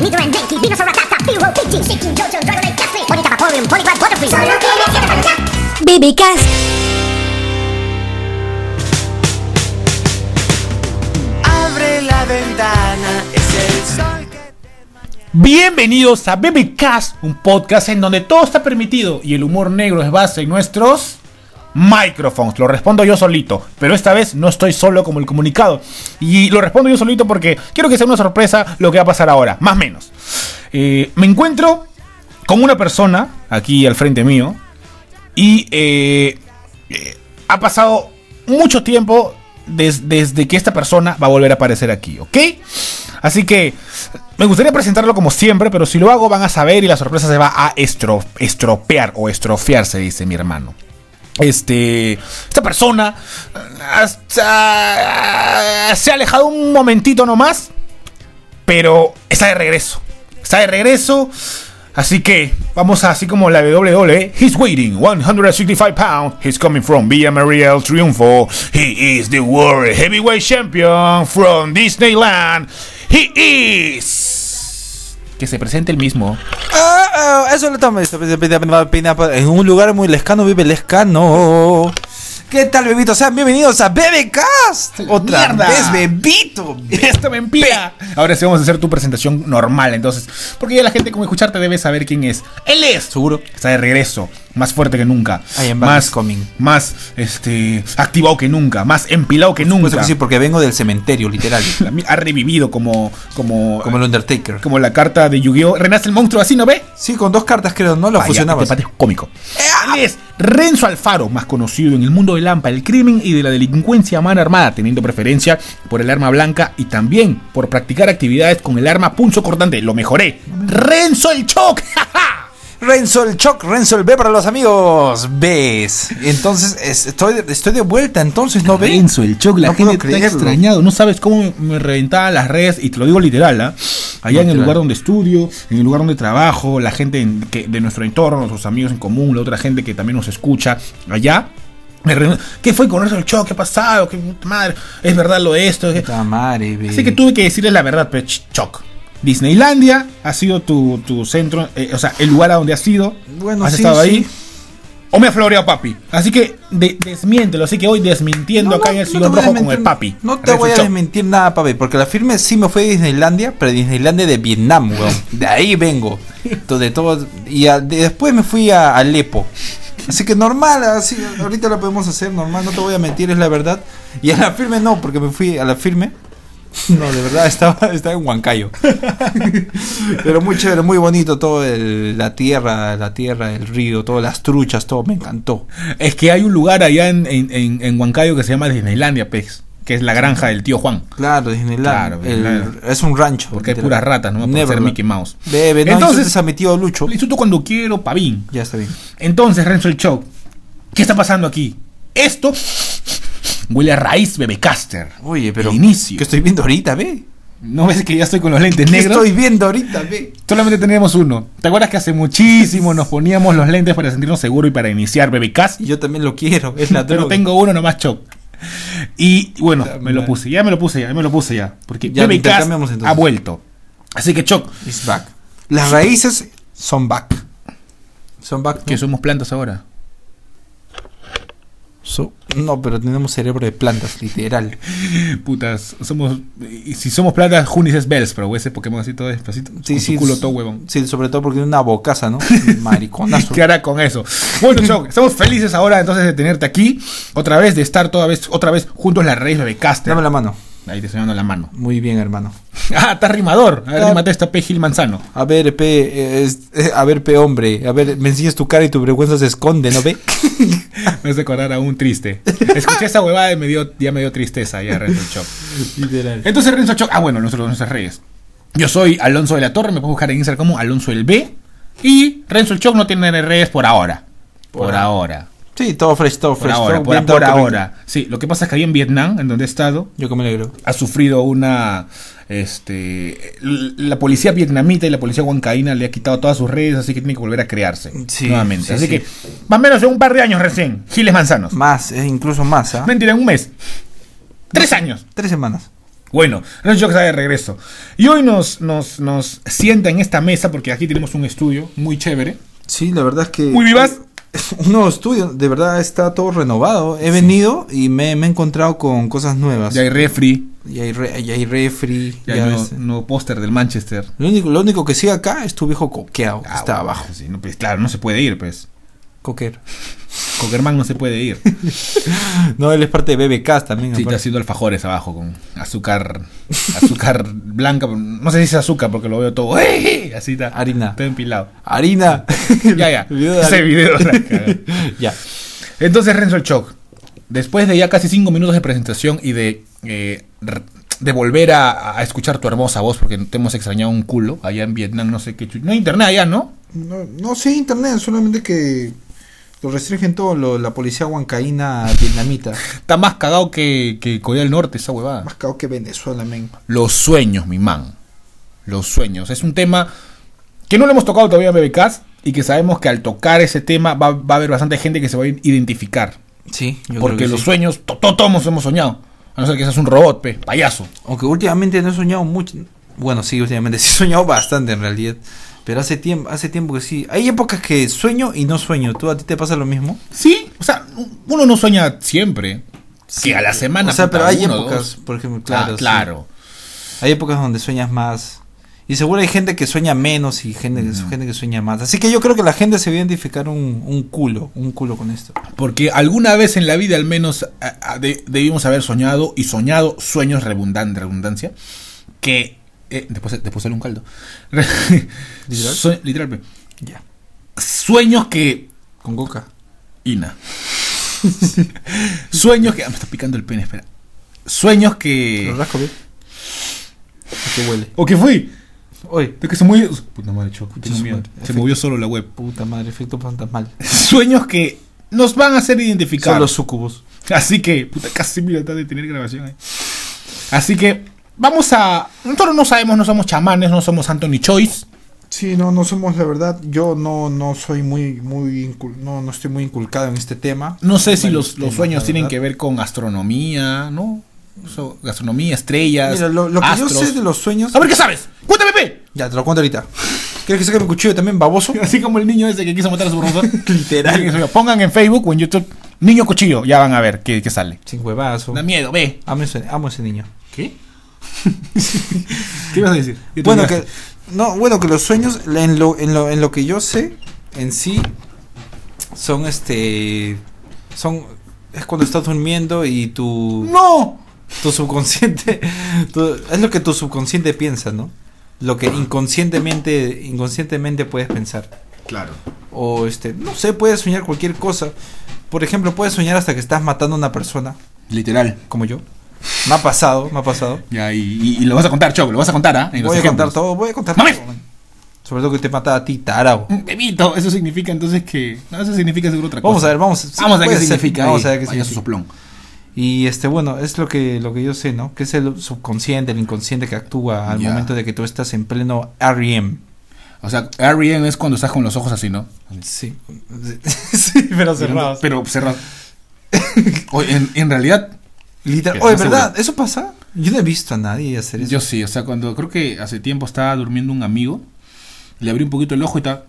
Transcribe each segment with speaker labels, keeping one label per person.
Speaker 1: Miguel and Dinky, Venus Ratata, Biro, Tiki, Siki, Jojo, Dragonite, Gasly, Bonita Vaporeon, Poliwag, Butterfree, Solo tiene siete panchas.
Speaker 2: BB Cast.
Speaker 3: Abre la ventana, es el sol que
Speaker 4: Bienvenidos a BBcast, un podcast en donde todo está permitido y el humor negro es base en nuestros micrófonos. Lo respondo yo solito, pero esta vez no estoy solo como el comunicado. Y lo respondo yo solito porque quiero que sea una sorpresa lo que va a pasar ahora, más o menos. Eh, me encuentro con una persona aquí al frente mío y eh, eh, ha pasado mucho tiempo des- desde que esta persona va a volver a aparecer aquí, ¿ok? Así que me gustaría presentarlo como siempre, pero si lo hago van a saber y la sorpresa se va a estro- estropear o estrofiar, se dice mi hermano. Este, esta persona hasta- se ha alejado un momentito nomás, pero está de regreso. Está de regreso. Así que vamos a, así como la WWE. He's waiting 165 pounds. He's coming from Villa María el Triunfo. He is the World Heavyweight Champion from Disneyland. He is. Que se presente el mismo.
Speaker 3: Ah, ah, eso lo tomo. Eso, pina, pina, pina, pina, pina. En un lugar muy lescano vive lescano. ¿Qué tal, bebitos? Sean bienvenidos a BBcast. Otra
Speaker 4: Mierda.
Speaker 3: vez, bebito.
Speaker 4: Esto me empila. Ahora sí vamos a hacer tu presentación normal, entonces. Porque ya la gente con escucharte debe saber quién es. Él es. Seguro. Está de regreso. Más fuerte que nunca.
Speaker 3: I am back,
Speaker 4: más
Speaker 3: it's coming.
Speaker 4: Más este, activado que nunca. Más empilado que
Speaker 3: Pues
Speaker 4: nunca.
Speaker 3: sí, porque vengo del cementerio, literal.
Speaker 4: La mi- Ha revivido como. Como,
Speaker 3: Como el Undertaker.
Speaker 4: como la carta de Yu-Gi-Oh! Renace el monstruo así, ¿no ve?
Speaker 3: Sí, con dos cartas creo, no lo
Speaker 4: Vaya,
Speaker 3: fusionabas.
Speaker 4: este pata es cómico. Él es Renzo Alfaro, más conocido en el mundo del AMPA, el crimen y de la delincuencia a mano armada, teniendo preferencia por el arma blanca y también por practicar actividades con el arma punzo cortante. Lo mejoré. Renzo el Choc. ¡Ja, ja!
Speaker 3: Renzo el Choc, Renzo el B para los amigos. Bs. Entonces, es- estoy, estoy de vuelta, entonces, ¿no ven?
Speaker 4: Renzo el Choc, la
Speaker 3: No puedo
Speaker 4: gente te ha
Speaker 3: creerlo.
Speaker 4: extrañado. No sabes cómo me reventaban las redes, y te lo digo literal, ¿ah? allá en el
Speaker 3: Literal.
Speaker 4: lugar donde estudio, en el lugar donde trabajo, la gente en- que, de nuestro entorno, nuestros amigos en común, la otra gente que también nos escucha allá. me re- ¿Qué fue con Renzo el Choc? ¿Qué ha pasado? ¿Qué puta madre? ¿Es verdad lo de esto? ¿Qué-
Speaker 3: Puta madre, be.
Speaker 4: Así que tuve que decirles la verdad, pero ch- Choc. Disneylandia ha sido tu, tu centro, eh, o sea, el lugar a donde has ido.
Speaker 3: Bueno,
Speaker 4: has
Speaker 3: sí,
Speaker 4: estado ahí.
Speaker 3: sí.
Speaker 4: O me ha floreado papi. Así que de- desmiéntelo. Así que hoy desmintiendo acá en el
Speaker 3: te
Speaker 4: sillón
Speaker 3: voy a
Speaker 4: rojo con
Speaker 3: desmentir-
Speaker 4: el papi.
Speaker 3: No te voy a
Speaker 4: Choc.
Speaker 3: desmentir nada, papi, porque la firme sí me fue a Disneylandia, pero Disneylandia de Vietnam, weón. De ahí vengo. Entonces, todo, y a- de- después me fui a Alepo. Así que normal, así, ahorita lo podemos hacer normal, no te voy a mentir, es la verdad. Y a la firme no, porque me fui a la firme. No, de verdad, estaba, estaba en Huancayo. Pero muy chévere, muy bonito todo, el- la tierra, la tierra, el río, todas las truchas, todo, me encantó.
Speaker 4: Es que hay un lugar allá en, en, en- en Huancayo que se llama Disneylandia, pez. Que es la granja del tío Juan.
Speaker 3: Claro, Disneyland.
Speaker 4: Claro,
Speaker 3: El-
Speaker 4: Disneyland.
Speaker 3: Es un rancho.
Speaker 4: Porque hay
Speaker 3: literal.
Speaker 4: puras ratas, ¿no? Por ser
Speaker 3: Neverland.
Speaker 4: Mickey Mouse.
Speaker 3: Bebe, no
Speaker 4: Entonces-
Speaker 3: Entonces, a mi tío Lucho.
Speaker 4: Lo insulto cuando quiero, pavín.
Speaker 3: Ya está bien.
Speaker 4: Entonces, Renzo el Choc, ¿qué está pasando aquí? Esto huele a raíz bebecaster.
Speaker 3: Oye, pero.
Speaker 4: El inicio.
Speaker 3: ¿Qué estoy viendo ahorita, ve?
Speaker 4: ¿No ves que ya estoy con los lentes
Speaker 3: ¿Qué
Speaker 4: negros?
Speaker 3: estoy viendo ahorita, ve?
Speaker 4: Solamente teníamos uno. ¿Te acuerdas que hace muchísimo nos poníamos los lentes para sentirnos seguros y para iniciar Bebecast?
Speaker 3: Y yo también lo quiero. Es la
Speaker 4: Pero
Speaker 3: droga.
Speaker 4: tengo uno nomás, Choc. Y bueno, me lo puse, ya me lo puse, ya me lo puse ya. Porque
Speaker 3: Ya,
Speaker 4: Bebecast
Speaker 3: intercambiamos entonces.
Speaker 4: ha vuelto. Así que, Choc,
Speaker 3: It's back. Las raíces son back. Son back.
Speaker 4: que
Speaker 3: ¿no?
Speaker 4: somos plantas ahora.
Speaker 3: So- no, pero tenemos cerebro de plantas, literal.
Speaker 4: Putas, somos. y Si somos plantas, Junis es Bellsprout, ese Pokémon así todo despacito.
Speaker 3: Sí,
Speaker 4: con su
Speaker 3: sí.
Speaker 4: culo todo huevón.
Speaker 3: Sí, sobre todo porque tiene una bocaza, ¿no? Mariconazo.
Speaker 4: ¿Qué hará con eso? Bueno, Choc, estamos felices ahora entonces de tenerte aquí. Otra vez, de estar toda vez, otra vez juntos la raíz Bebecaster.
Speaker 3: Dame la mano.
Speaker 4: Ahí te estoy dando la mano.
Speaker 3: Muy bien, hermano.
Speaker 4: Ah, está rimador. A ver,
Speaker 3: Ah.
Speaker 4: rímate esta P. Gil Manzano.
Speaker 3: A ver, pe, eh, es- eh, a ver, pe, hombre, a ver, me enseñas tu cara y tu vergüenza se esconde, ¿no ve?
Speaker 4: Me hace acordar a un triste. Escuché esa huevada y me dio, ya me dio tristeza ya Renzo Choc. Entonces Renzo Choc. Ah, bueno, nosotros nuestras redes. Yo soy Alonso de la Torre, me puedo buscar en Instagram como Alonso el B. Y Renzo el Choc no tiene redes por ahora. Por,
Speaker 3: Por
Speaker 4: ahora. Pues
Speaker 3: Sí, todo fresh, todo
Speaker 4: Por
Speaker 3: fresh.
Speaker 4: ahora,
Speaker 3: todo
Speaker 4: por,
Speaker 3: bien,
Speaker 4: por
Speaker 3: todo
Speaker 4: ahora. Sí, lo que pasa es que ahí en Vietnam, en donde he estado,
Speaker 3: bien. Yo que me alegro.
Speaker 4: ha sufrido una este l- la policía vietnamita y la policía huancaína le ha quitado todas sus redes, así que tiene que volver a crearse
Speaker 3: Sí,
Speaker 4: nuevamente.
Speaker 3: sí,
Speaker 4: así
Speaker 3: sí.
Speaker 4: que más o menos en un par de años recién, Giles Manzanos.
Speaker 3: Más, eh, incluso más, ¿ah?
Speaker 4: Mentira, en un mes. Tres años.
Speaker 3: Tres semanas.
Speaker 4: Bueno, Red Shock está de regreso. Y hoy nos, nos, nos sienta en esta mesa, porque aquí tenemos un estudio muy chévere.
Speaker 3: Sí, la verdad es que.
Speaker 4: Muy vivas.
Speaker 3: Un nuevo estudio, de verdad está todo renovado. He venido y me, me he encontrado con cosas nuevas.
Speaker 4: Ya hay refri,
Speaker 3: Y hay, re- y hay refri.
Speaker 4: ya
Speaker 3: ya
Speaker 4: hay nuevo,
Speaker 3: es-
Speaker 4: nuevo póster del Manchester.
Speaker 3: lo, único, lo único que sigue acá es tu viejo coqueado. que
Speaker 4: Ah,
Speaker 3: está
Speaker 4: bueno,
Speaker 3: abajo.
Speaker 4: sí, no, pues, claro, no se puede ir, pues.
Speaker 3: Coquero.
Speaker 4: Coquerman no se puede ir.
Speaker 3: No, él es parte de BBK también.
Speaker 4: Sí, está
Speaker 3: aparte.
Speaker 4: haciendo alfajores abajo con azúcar azúcar blanca. No sé si es azúcar porque lo veo todo. ¡eh! Así está.
Speaker 3: Harina.
Speaker 4: Está empilado.
Speaker 3: Harina.
Speaker 4: Ya, ya.
Speaker 3: El video de
Speaker 4: Ese
Speaker 3: Harina.
Speaker 4: video. la cagada.
Speaker 3: Ya.
Speaker 4: Entonces, Renzo el Choc, después de ya casi cinco minutos de presentación y de, eh, r- de volver a, a escuchar tu hermosa voz, porque te hemos extrañado un culo allá en Vietnam, no sé qué. chu- No hay internet allá, ¿no?
Speaker 3: No, no sí, internet, solamente que lo restringen todo lo- la policía huancaína vietnamita.
Speaker 4: Está más cagado que, que Corea del Norte, esa huevada.
Speaker 3: Más cao que Venezuela, men.
Speaker 4: Los sueños, mi man. Los sueños. Es un tema que no lo hemos tocado todavía en BBKs y que sabemos que al tocar ese tema va, va a haber bastante gente que se va a identificar.
Speaker 3: Sí, yo
Speaker 4: porque
Speaker 3: creo que
Speaker 4: los
Speaker 3: sí.
Speaker 4: sueños, to- to- todos hemos soñado. A no ser que seas un robot, pe, payaso.
Speaker 3: Aunque últimamente no he soñado mucho. Bueno, sí, últimamente sí he soñado bastante en realidad. Pero hace tiempo, hace tiempo que sí. Hay épocas que sueño y no sueño. ¿Tú a ti te pasa lo mismo?
Speaker 4: Sí, o sea, uno no sueña siempre. Sí, a la semana.
Speaker 3: o sea,
Speaker 4: puta,
Speaker 3: pero hay
Speaker 4: uno,
Speaker 3: épocas,
Speaker 4: dos.
Speaker 3: por ejemplo,
Speaker 4: Claro,
Speaker 3: claro. sí.
Speaker 4: claro.
Speaker 3: Hay épocas donde sueñas más. Y seguro hay gente que sueña menos y gente, gente que sueña más. Así que yo creo que la gente se va a identificar un, un culo, un culo con esto.
Speaker 4: Porque alguna vez en la vida al menos a- a- de- debimos haber soñado y soñado sueños redundan- de redundancia. Que... eh, después, después sale un caldo.
Speaker 3: ¿Literal?
Speaker 4: Sue- literal, pe.
Speaker 3: Ya.
Speaker 4: Sueños que...
Speaker 3: Con coca.
Speaker 4: Ina. sueños que... ah, me está picando el pene, espera. Sueños que...
Speaker 3: Lo rasco bien. ¿A qué huele?
Speaker 4: ¿O que fui?
Speaker 3: Oye,
Speaker 4: De que se movió... Puta madre, choco.
Speaker 3: Puta
Speaker 4: tengo
Speaker 3: su
Speaker 4: miedo.
Speaker 3: madre.
Speaker 4: Se movió solo la web.
Speaker 3: puta madre, efecto fantasmal.
Speaker 4: sueños que nos van a hacer identificar.
Speaker 3: Son los sucubos.
Speaker 4: Así que, puta, casi mira, está de tener grabación ahí. Así que, vamos a. Nosotros no sabemos, no somos chamanes, no somos Anthony Choice.
Speaker 3: Sí, no, no somos, la verdad, yo no, no soy muy, muy, incul- no, no estoy muy inculcado en este tema.
Speaker 4: No sé si
Speaker 3: Bueno,
Speaker 4: los, los
Speaker 3: sí,
Speaker 4: sueños
Speaker 3: la
Speaker 4: tienen
Speaker 3: verdad.
Speaker 4: que ver con astronomía, ¿no? Eso, gastronomía, estrellas.
Speaker 3: Mira, lo, lo que
Speaker 4: astros.
Speaker 3: yo sé de los sueños...
Speaker 4: A ver, ¿qué sabes? ¡Cuéntame, Pe!
Speaker 3: Ya, te lo cuento ahorita. ¿Quieres que saque mi cuchillo también, baboso?
Speaker 4: Así como el niño ese que quiso matar a su profesor.
Speaker 3: Literal.
Speaker 4: Así que, Pongan en Facebook o en YouTube Niño Cuchillo, ya van a ver qué, qué sale.
Speaker 3: Sin huevazo.
Speaker 4: Da miedo, ve.
Speaker 3: Amo ese, amo ese niño.
Speaker 4: ¿Qué? ¿Qué ibas a decir? Ya
Speaker 3: Bueno
Speaker 4: terminaste.
Speaker 3: que, no, bueno, que los sueños, la- en lo, en, lo, en lo que yo sé, en sí, son este. Son. Es cuando estás durmiendo y tu.
Speaker 4: ¡No!
Speaker 3: Tu subconsciente. tu- es lo que tu subconsciente piensa, ¿no? Lo que inconscientemente, inconscientemente puedes pensar.
Speaker 4: Claro.
Speaker 3: O este. No sé, puedes soñar cualquier cosa. Por ejemplo, puedes soñar hasta que estás matando a una persona,
Speaker 4: Literal.
Speaker 3: como yo. Me ha pasado, me ha pasado.
Speaker 4: Ya, y, y- y lo vas a contar, Choco, lo vas a contar, ¿ah? En los
Speaker 3: Voy a
Speaker 4: ejemplos.
Speaker 3: contar todo, voy a contar
Speaker 4: ¡Mami!
Speaker 3: todo. man. Sobre todo que te mata a ti, tarao.
Speaker 4: Mm, Bebito, eso significa entonces que. No, eso significa seguro otra cosa.
Speaker 3: Vamos a ver, vamos. sí,
Speaker 4: Vamos a ver qué
Speaker 3: puede ser,
Speaker 4: significa.
Speaker 3: Vamos
Speaker 4: ahí.
Speaker 3: a ver qué
Speaker 4: Vaya
Speaker 3: significa.
Speaker 4: soplón.
Speaker 3: Y este, bueno, es lo que, lo que yo sé, ¿no? Que es el subconsciente, el inconsciente que actúa al
Speaker 4: Ya.
Speaker 3: momento de que tú estás en pleno REM.
Speaker 4: O sea, R.E.M. es cuando estás con los ojos así, ¿no?
Speaker 3: Sí. sí, pero cerrado.
Speaker 4: Pero cerrados. Oye, en, en realidad,
Speaker 3: Literal.
Speaker 4: Pero
Speaker 3: Oye,
Speaker 4: no
Speaker 3: ¿verdad? ¿Eso pasa? Yo no he visto a nadie hacer eso.
Speaker 4: yo sí. O sea, cuando creo que hace tiempo estaba durmiendo un amigo, le abrí un poquito el ojo y tal.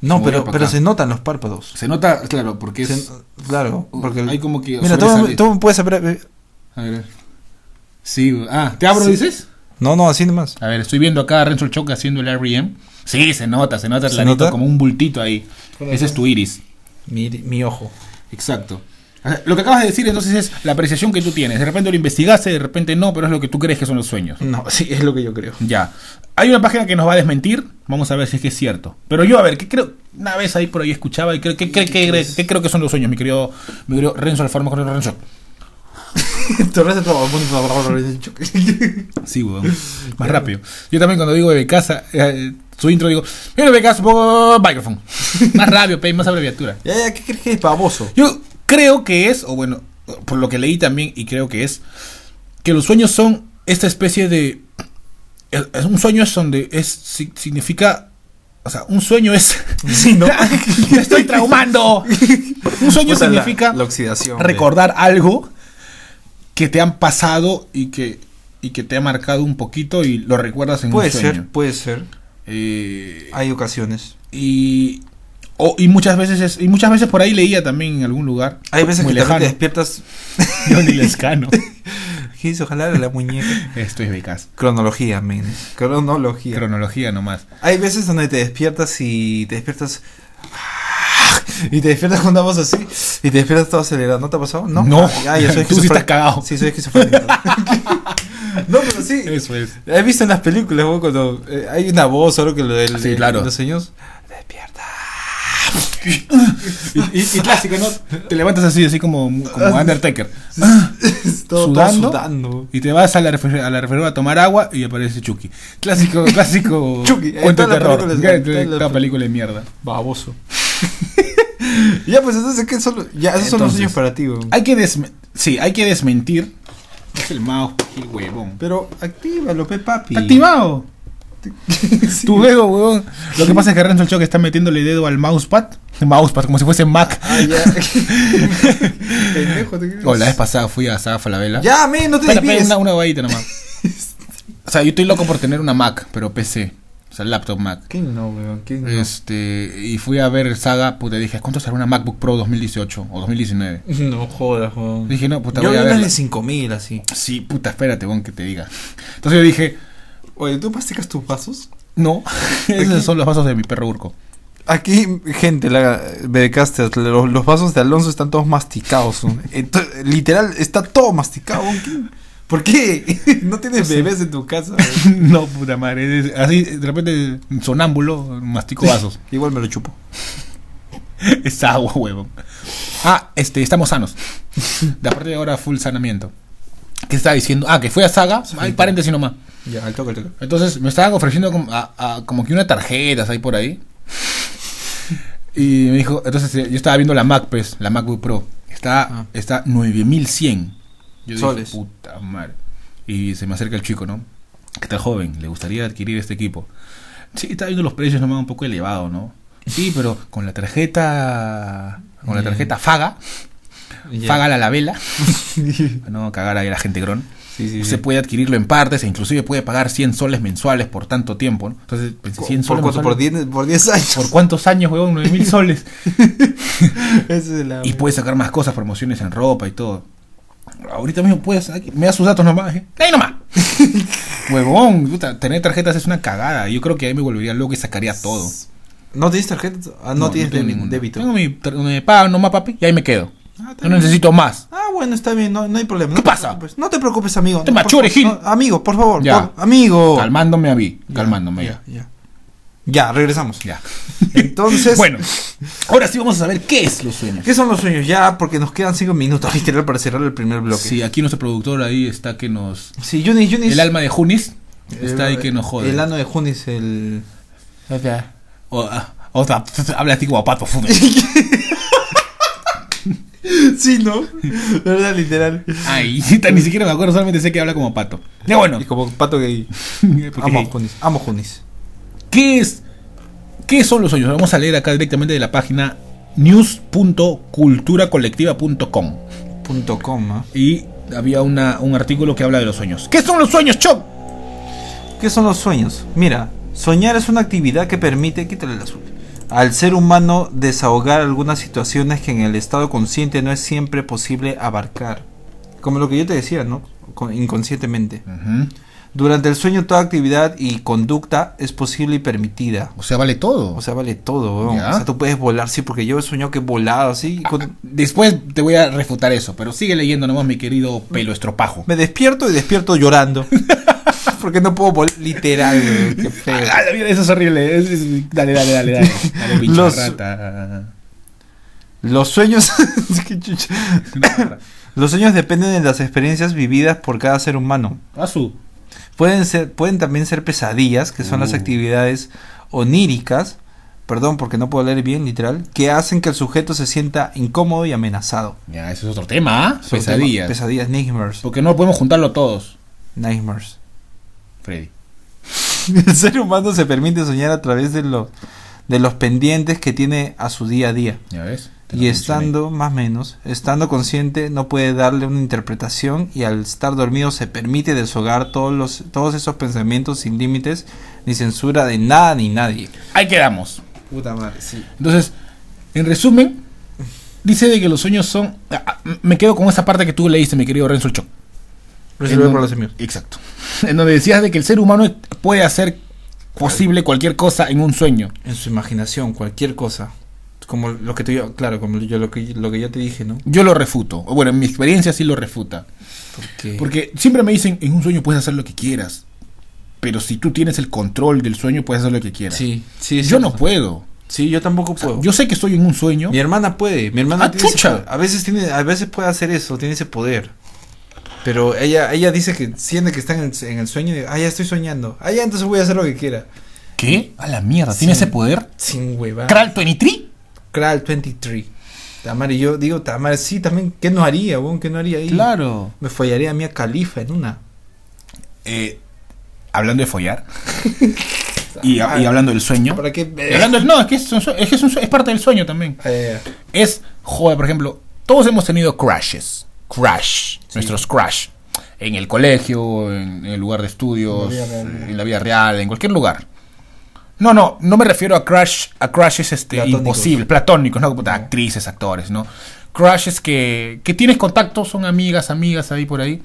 Speaker 3: no,
Speaker 4: voy
Speaker 3: pero,
Speaker 4: pa'
Speaker 3: pero
Speaker 4: acá.
Speaker 3: se notan los párpados.
Speaker 4: Se nota, claro, porque
Speaker 3: Se-
Speaker 4: es.
Speaker 3: claro,
Speaker 4: Uh,
Speaker 3: porque.
Speaker 4: hay como que
Speaker 3: Mira, tú,
Speaker 4: sobresale.
Speaker 3: tú puedes saber.
Speaker 4: A ver. Sí, güey. ah, ¿te abro,
Speaker 3: Sí.
Speaker 4: dices?
Speaker 3: No, no, así nomás.
Speaker 4: A ver, estoy viendo acá a Renzo el Choque haciendo el R.E.M. Sí, se nota, se nota,
Speaker 3: ¿Se
Speaker 4: clarito,
Speaker 3: nota?
Speaker 4: como un bultito ahí. Ese es tu iris.
Speaker 3: Mi, mi ojo.
Speaker 4: Exacto. Ah, Lo que acabas de decir entonces es la apreciación que tú tienes. De repente lo investigaste, de repente no, pero es lo que tú crees que son los sueños.
Speaker 3: No, sí, es lo que yo creo.
Speaker 4: Ya. Hay una página que nos va a desmentir. Vamos a ver si es que es cierto. Pero yo, a ver, ¿qué creo? Una vez ahí por ahí escuchaba y creo que que- que- que- que creo que son los sueños, mi querido, mi querido Renzo Alfaro, mejor Renzo.
Speaker 3: Torres de todo el mundo.
Speaker 4: Sí, weón. Más rápido. Yo también cuando digo de casa, eh, su intro digo, mira de casa, pongo micrófono. Más rápido, pe, más abreviatura.
Speaker 3: Ya, ya, ¿qué crees que es baboso?
Speaker 4: Yo creo que es, o bueno, por lo que leí también y creo que es, que los sueños son esta especie de... es- es Un sueño es donde es si- significa... O sea, un sueño es...
Speaker 3: Sí, ¿no?
Speaker 4: ¡Me estoy traumando! Un sueño
Speaker 3: Puta, la-
Speaker 4: significa
Speaker 3: la, oxidación.
Speaker 4: recordar algo que te han pasado y que y que te ha marcado un poquito y lo recuerdas en
Speaker 3: Puede
Speaker 4: un sueño.
Speaker 3: ser, puede ser.
Speaker 4: Eh,
Speaker 3: Hay ocasiones.
Speaker 4: y, o- y muchas veces es- y muchas veces por ahí leía también en algún lugar.
Speaker 3: Hay veces
Speaker 4: muy
Speaker 3: que también
Speaker 4: lejano.
Speaker 3: te despiertas.
Speaker 4: Johnny Lescano.
Speaker 3: Giz, Ojalá era la muñeca.
Speaker 4: Esto es becas.
Speaker 3: Cronología, men. Cronología.
Speaker 4: Cronología nomás.
Speaker 3: Hay veces donde te despiertas y te despiertas. Y te despiertas con una voz así. Y te despiertas todo acelerado. ¿No te ha pasado? No.
Speaker 4: No.
Speaker 3: Ah, ya soy
Speaker 4: Tú sí
Speaker 3: esquizofrénico.
Speaker 4: estás cagado.
Speaker 3: Sí, soy esquizofrénico. no, pero sí.
Speaker 4: Eso es.
Speaker 3: He visto en las películas, güey, cuando eh, hay una voz o algo que lo del,
Speaker 4: Sí, claro.
Speaker 3: los sueños. Despierta.
Speaker 4: Y, y- y clásico, ¿no? Te levantas así, así como, como Undertaker.
Speaker 3: Todo- todo
Speaker 4: Sudando.
Speaker 3: sudando.
Speaker 4: Y te vas a la, refri- a la refrigeradora a tomar agua y aparece Chucky. Clásico, clásico.
Speaker 3: Chucky, en
Speaker 4: Cuento de terror.
Speaker 3: todas las películas, en
Speaker 4: Toda
Speaker 3: todas las
Speaker 4: película, de mierda.
Speaker 3: Baboso. ya, pues entonces, ¿qué son los- ya, esos son los
Speaker 4: Entonces.
Speaker 3: sueños para ti, güey.
Speaker 4: Hay que desmentir. Sí, hay que desmentir. Es el mouse, qué huevón.
Speaker 3: Pero actívalo, pe papi.
Speaker 4: Está activado. Tu dedo, huevón. Lo que pasa es que Renzo el Choque está metiéndole dedo al mousepad. Mousepad, como si fuese Mac.
Speaker 3: Ah, ya. Pendejo, te crees.
Speaker 4: O la vez pasada fui a Saga Falabella.
Speaker 3: Ya, men, no te
Speaker 4: Espera, espera,
Speaker 3: desvíes.
Speaker 4: una, una huevadita nomás. O sea, yo estoy loco por tener una Mac, pero PC. O sea, laptop Mac.
Speaker 3: ¿Quién no, weón? ¿Quién no?
Speaker 4: Este, y fui a ver Saga, puta, dije, ¿cuánto será una MacBook Pro 2018 o 2019?
Speaker 3: No jodas, weón.
Speaker 4: Dije, no, puta,
Speaker 3: Yo
Speaker 4: voy
Speaker 3: vi
Speaker 4: a
Speaker 3: unas
Speaker 4: verla.
Speaker 3: de 5000 así.
Speaker 4: Sí, puta, espérate, bon, que te diga. Entonces yo dije,
Speaker 3: Oye, ¿tú masticas tus vasos?
Speaker 4: no, esos son los vasos de mi perro Urco.
Speaker 3: Aquí, gente, la Bedecaster, los, los vasos de Alonso están todos masticados. ¿no? Ento- literal, está todo masticado. ¿no? ¿Qué- ¿Por qué? ¿No tienes bebés en tu casa? weón?
Speaker 4: no, puta madre, es- así, de repente, sonámbulo, mastico vasos.
Speaker 3: Igual me lo chupo.
Speaker 4: es agua, huevón. Ah, este, estamos sanos. De aparte de ahora, full sanamiento. ¿Qué estaba diciendo? Ah, que fui a Saga, hay paréntesis nomás.
Speaker 3: Ya, al toque, al toque.
Speaker 4: Entonces me estaban ofreciendo como, a- a- como que una tarjeta ahí por ahí. Y me dijo, entonces eh, yo estaba viendo la Mac, pues, la MacBook Pro. Está,
Speaker 3: Ah.
Speaker 4: está 9100. Yo
Speaker 3: Soles.
Speaker 4: dije, puta madre. Y se me acerca el chico, ¿no? Que está joven, le gustaría adquirir este equipo. Sí, está viendo los precios nomás un poco elevados, ¿no? Sí, pero con la tarjeta. Con la
Speaker 3: Ya.
Speaker 4: tarjeta Faga,
Speaker 3: Faga.
Speaker 4: Faga a la vela. no cagar ahí a la gente grón.
Speaker 3: Sí, sí,
Speaker 4: Usted
Speaker 3: sí.
Speaker 4: puede adquirirlo en partes e inclusive puede pagar 100 soles mensuales por tanto tiempo. ¿no? Entonces, pensé, 100
Speaker 3: ¿Por
Speaker 4: soles
Speaker 3: cuánto? Por
Speaker 4: mensuales?
Speaker 3: 10 por 10 años.
Speaker 4: ¿Por cuántos años, huevón? 9000 soles.
Speaker 3: Esa es la-
Speaker 4: y puedes sacar más cosas, promociones en ropa y todo. Ahorita mismo puedes, aquí, me das sus datos nomás. ¿eh? ¡Ahí nomás! Huevón, puta, tener tarjetas es una cagada. Yo creo que ahí me volvería loco y sacaría todo.
Speaker 3: ¿No tienes tarjeta? Ah, no, tienes
Speaker 4: tengo
Speaker 3: débi-
Speaker 4: ninguna.
Speaker 3: débito.
Speaker 4: Tengo mi, tar- mi pago nomás, papi, y ahí me quedo.
Speaker 3: Ah, está
Speaker 4: No
Speaker 3: bien.
Speaker 4: necesito más.
Speaker 3: Ah, bueno, está bien, no, no hay problema.
Speaker 4: ¿Qué
Speaker 3: no te
Speaker 4: pasa?
Speaker 3: preocupes. No te preocupes, amigo.
Speaker 4: Te
Speaker 3: No,
Speaker 4: machure,
Speaker 3: por-
Speaker 4: Gil.
Speaker 3: no, amigo, por favor.
Speaker 4: Ya.
Speaker 3: por- amigo.
Speaker 4: Calmándome a mí,
Speaker 3: Oh. Ya,
Speaker 4: calmándome.
Speaker 3: Ya, ya. Ya, regresamos.
Speaker 4: Ya.
Speaker 3: Entonces,
Speaker 4: Bueno, ahora sí vamos a saber qué es los sueños.
Speaker 3: ¿qué son los sueños? Ya, porque nos quedan cinco minutos literal para cerrar el primer bloque.
Speaker 4: Sí, aquí nuestro productor ahí está que nos.
Speaker 3: Sí, Junis, Junis.
Speaker 4: El alma de Junis está ahí
Speaker 3: el-
Speaker 4: que nos jode.
Speaker 3: El ano de Junis, el.
Speaker 4: O- ah, o sea, habla así como pato fútbol.
Speaker 3: Sí, ¿no? La verdad, literal.
Speaker 4: Ay, ni- ni siquiera me acuerdo, solamente sé que habla como pato. Ya bueno.
Speaker 3: Y como pato gay.
Speaker 4: porque-
Speaker 3: Amo a Junis. Amo a Junis.
Speaker 4: ¿Qué es? ¿Qué son los sueños? Vamos a leer acá directamente de la página news.culturacolectiva.com.
Speaker 3: Punto com, ¿ah?
Speaker 4: Y había una, un artículo que habla de los sueños. ¿Qué son los sueños, Choc?
Speaker 3: ¿Qué son los sueños? Mira, soñar es una actividad que permite, quítale el azul, al ser humano desahogar algunas situaciones que en el estado consciente no es siempre posible abarcar. Como lo que yo te decía, ¿no? Con- Inconscientemente.
Speaker 4: Ujú.
Speaker 3: Durante el sueño toda actividad y conducta es posible y permitida.
Speaker 4: O sea, vale todo.
Speaker 3: O sea, vale todo, weón.
Speaker 4: Ya.
Speaker 3: O sea, tú puedes volar, sí, porque yo he soñado que he volado, sí. con-
Speaker 4: Después te voy a refutar eso, pero sigue leyendo nomás, mi querido pelo estropajo.
Speaker 3: Me despierto y despierto llorando. porque no puedo volar, literal, weón. Qué feo.
Speaker 4: Ah, la mierda, eso es horrible. Es- es- dale, dale, dale, dale. Dale, pinche
Speaker 3: Los-
Speaker 4: rata.
Speaker 3: Los sueños... Qué chucha. Los sueños dependen de las experiencias vividas por cada ser humano.
Speaker 4: Asu.
Speaker 3: Pueden, ser, pueden también ser pesadillas, que son las
Speaker 4: Uh.
Speaker 3: actividades oníricas, perdón porque no puedo leer bien literal, que hacen que el sujeto se sienta incómodo y amenazado.
Speaker 4: Ya, eso es otro tema, ¿ah?
Speaker 3: Sobre todo,
Speaker 4: Pesadillas.
Speaker 3: Pesadillas, nightmares.
Speaker 4: Porque no podemos juntarlo todos,
Speaker 3: nightmares.
Speaker 4: Freddy.
Speaker 3: El ser humano se permite soñar a través de los, de los pendientes que tiene a su día a día.
Speaker 4: Ya ves.
Speaker 3: Y estando, más o menos, estando consciente, no puede darle una interpretación y al estar dormido se permite deshogar todos, los, todos esos pensamientos sin límites ni censura de nada ni nadie.
Speaker 4: Ahí quedamos.
Speaker 3: Puta madre, sí.
Speaker 4: Entonces, en resumen, dice de que los sueños son. ah, ah, Me quedo con esa parte que tú leíste, mi querido Renzo el Choc.
Speaker 3: Resolver
Speaker 4: En
Speaker 3: por
Speaker 4: don-
Speaker 3: los amigos.
Speaker 4: Exacto. En donde decías de que el ser humano puede hacer posible cualquier cosa en un sueño.
Speaker 3: En su imaginación, cualquier cosa. Como lo que tú yo, claro, como yo lo que, lo que ya te dije, ¿no?
Speaker 4: Yo lo refuto. O Bueno, en mi experiencia sí lo refuta.
Speaker 3: Porque,
Speaker 4: Porque siempre me dicen, en un sueño puedes hacer lo que quieras. Pero si tú tienes el control del sueño, puedes hacer lo que quieras.
Speaker 3: sí, sí,
Speaker 4: yo no
Speaker 3: puedo.
Speaker 4: puedo.
Speaker 3: Sí, yo tampoco puedo.
Speaker 4: Yo sé que estoy en un sueño.
Speaker 3: Mi hermana puede, mi hermana
Speaker 4: ¡Ah,
Speaker 3: tiene ese
Speaker 4: chucha!
Speaker 3: poder. a veces tiene, a veces puede hacer eso, tiene ese poder. Pero ella, ella dice que siente que está en el, en el sueño y dice, ah, ya estoy soñando. Ah, ya entonces voy a hacer lo que quiera.
Speaker 4: ¿Qué? A la mierda. ¿Tiene
Speaker 3: Sí.
Speaker 4: ese poder?
Speaker 3: Sin hueva.
Speaker 4: ¿Kral 23?
Speaker 3: Kral 23. Tamar, y yo digo, Tamar, sí, también, ¿qué no haría, weón? ¿Qué no haría ahí?
Speaker 4: Claro.
Speaker 3: Me follaría a Mia Califa en una.
Speaker 4: Eh, hablando de follar. y, y hablando del sueño.
Speaker 3: ¿Para qué?
Speaker 4: Y hablando del- no, es que, es, un sue- es, que es un sue- es parte del sueño también.
Speaker 3: Eh,
Speaker 4: Es, joder, por ejemplo, todos hemos tenido crashes. Crash. Nuestros crash. En el colegio, en, en el lugar de estudios,
Speaker 3: En la vida real.
Speaker 4: en la vida real, en cualquier lugar. No, no, no me refiero a crash, a crashes este,
Speaker 3: Platónicos.
Speaker 4: imposibles, platónicos, ¿no? Como actrices, actores, ¿no? Crashes que, que tienes contacto, son amigas, amigas ahí por ahí,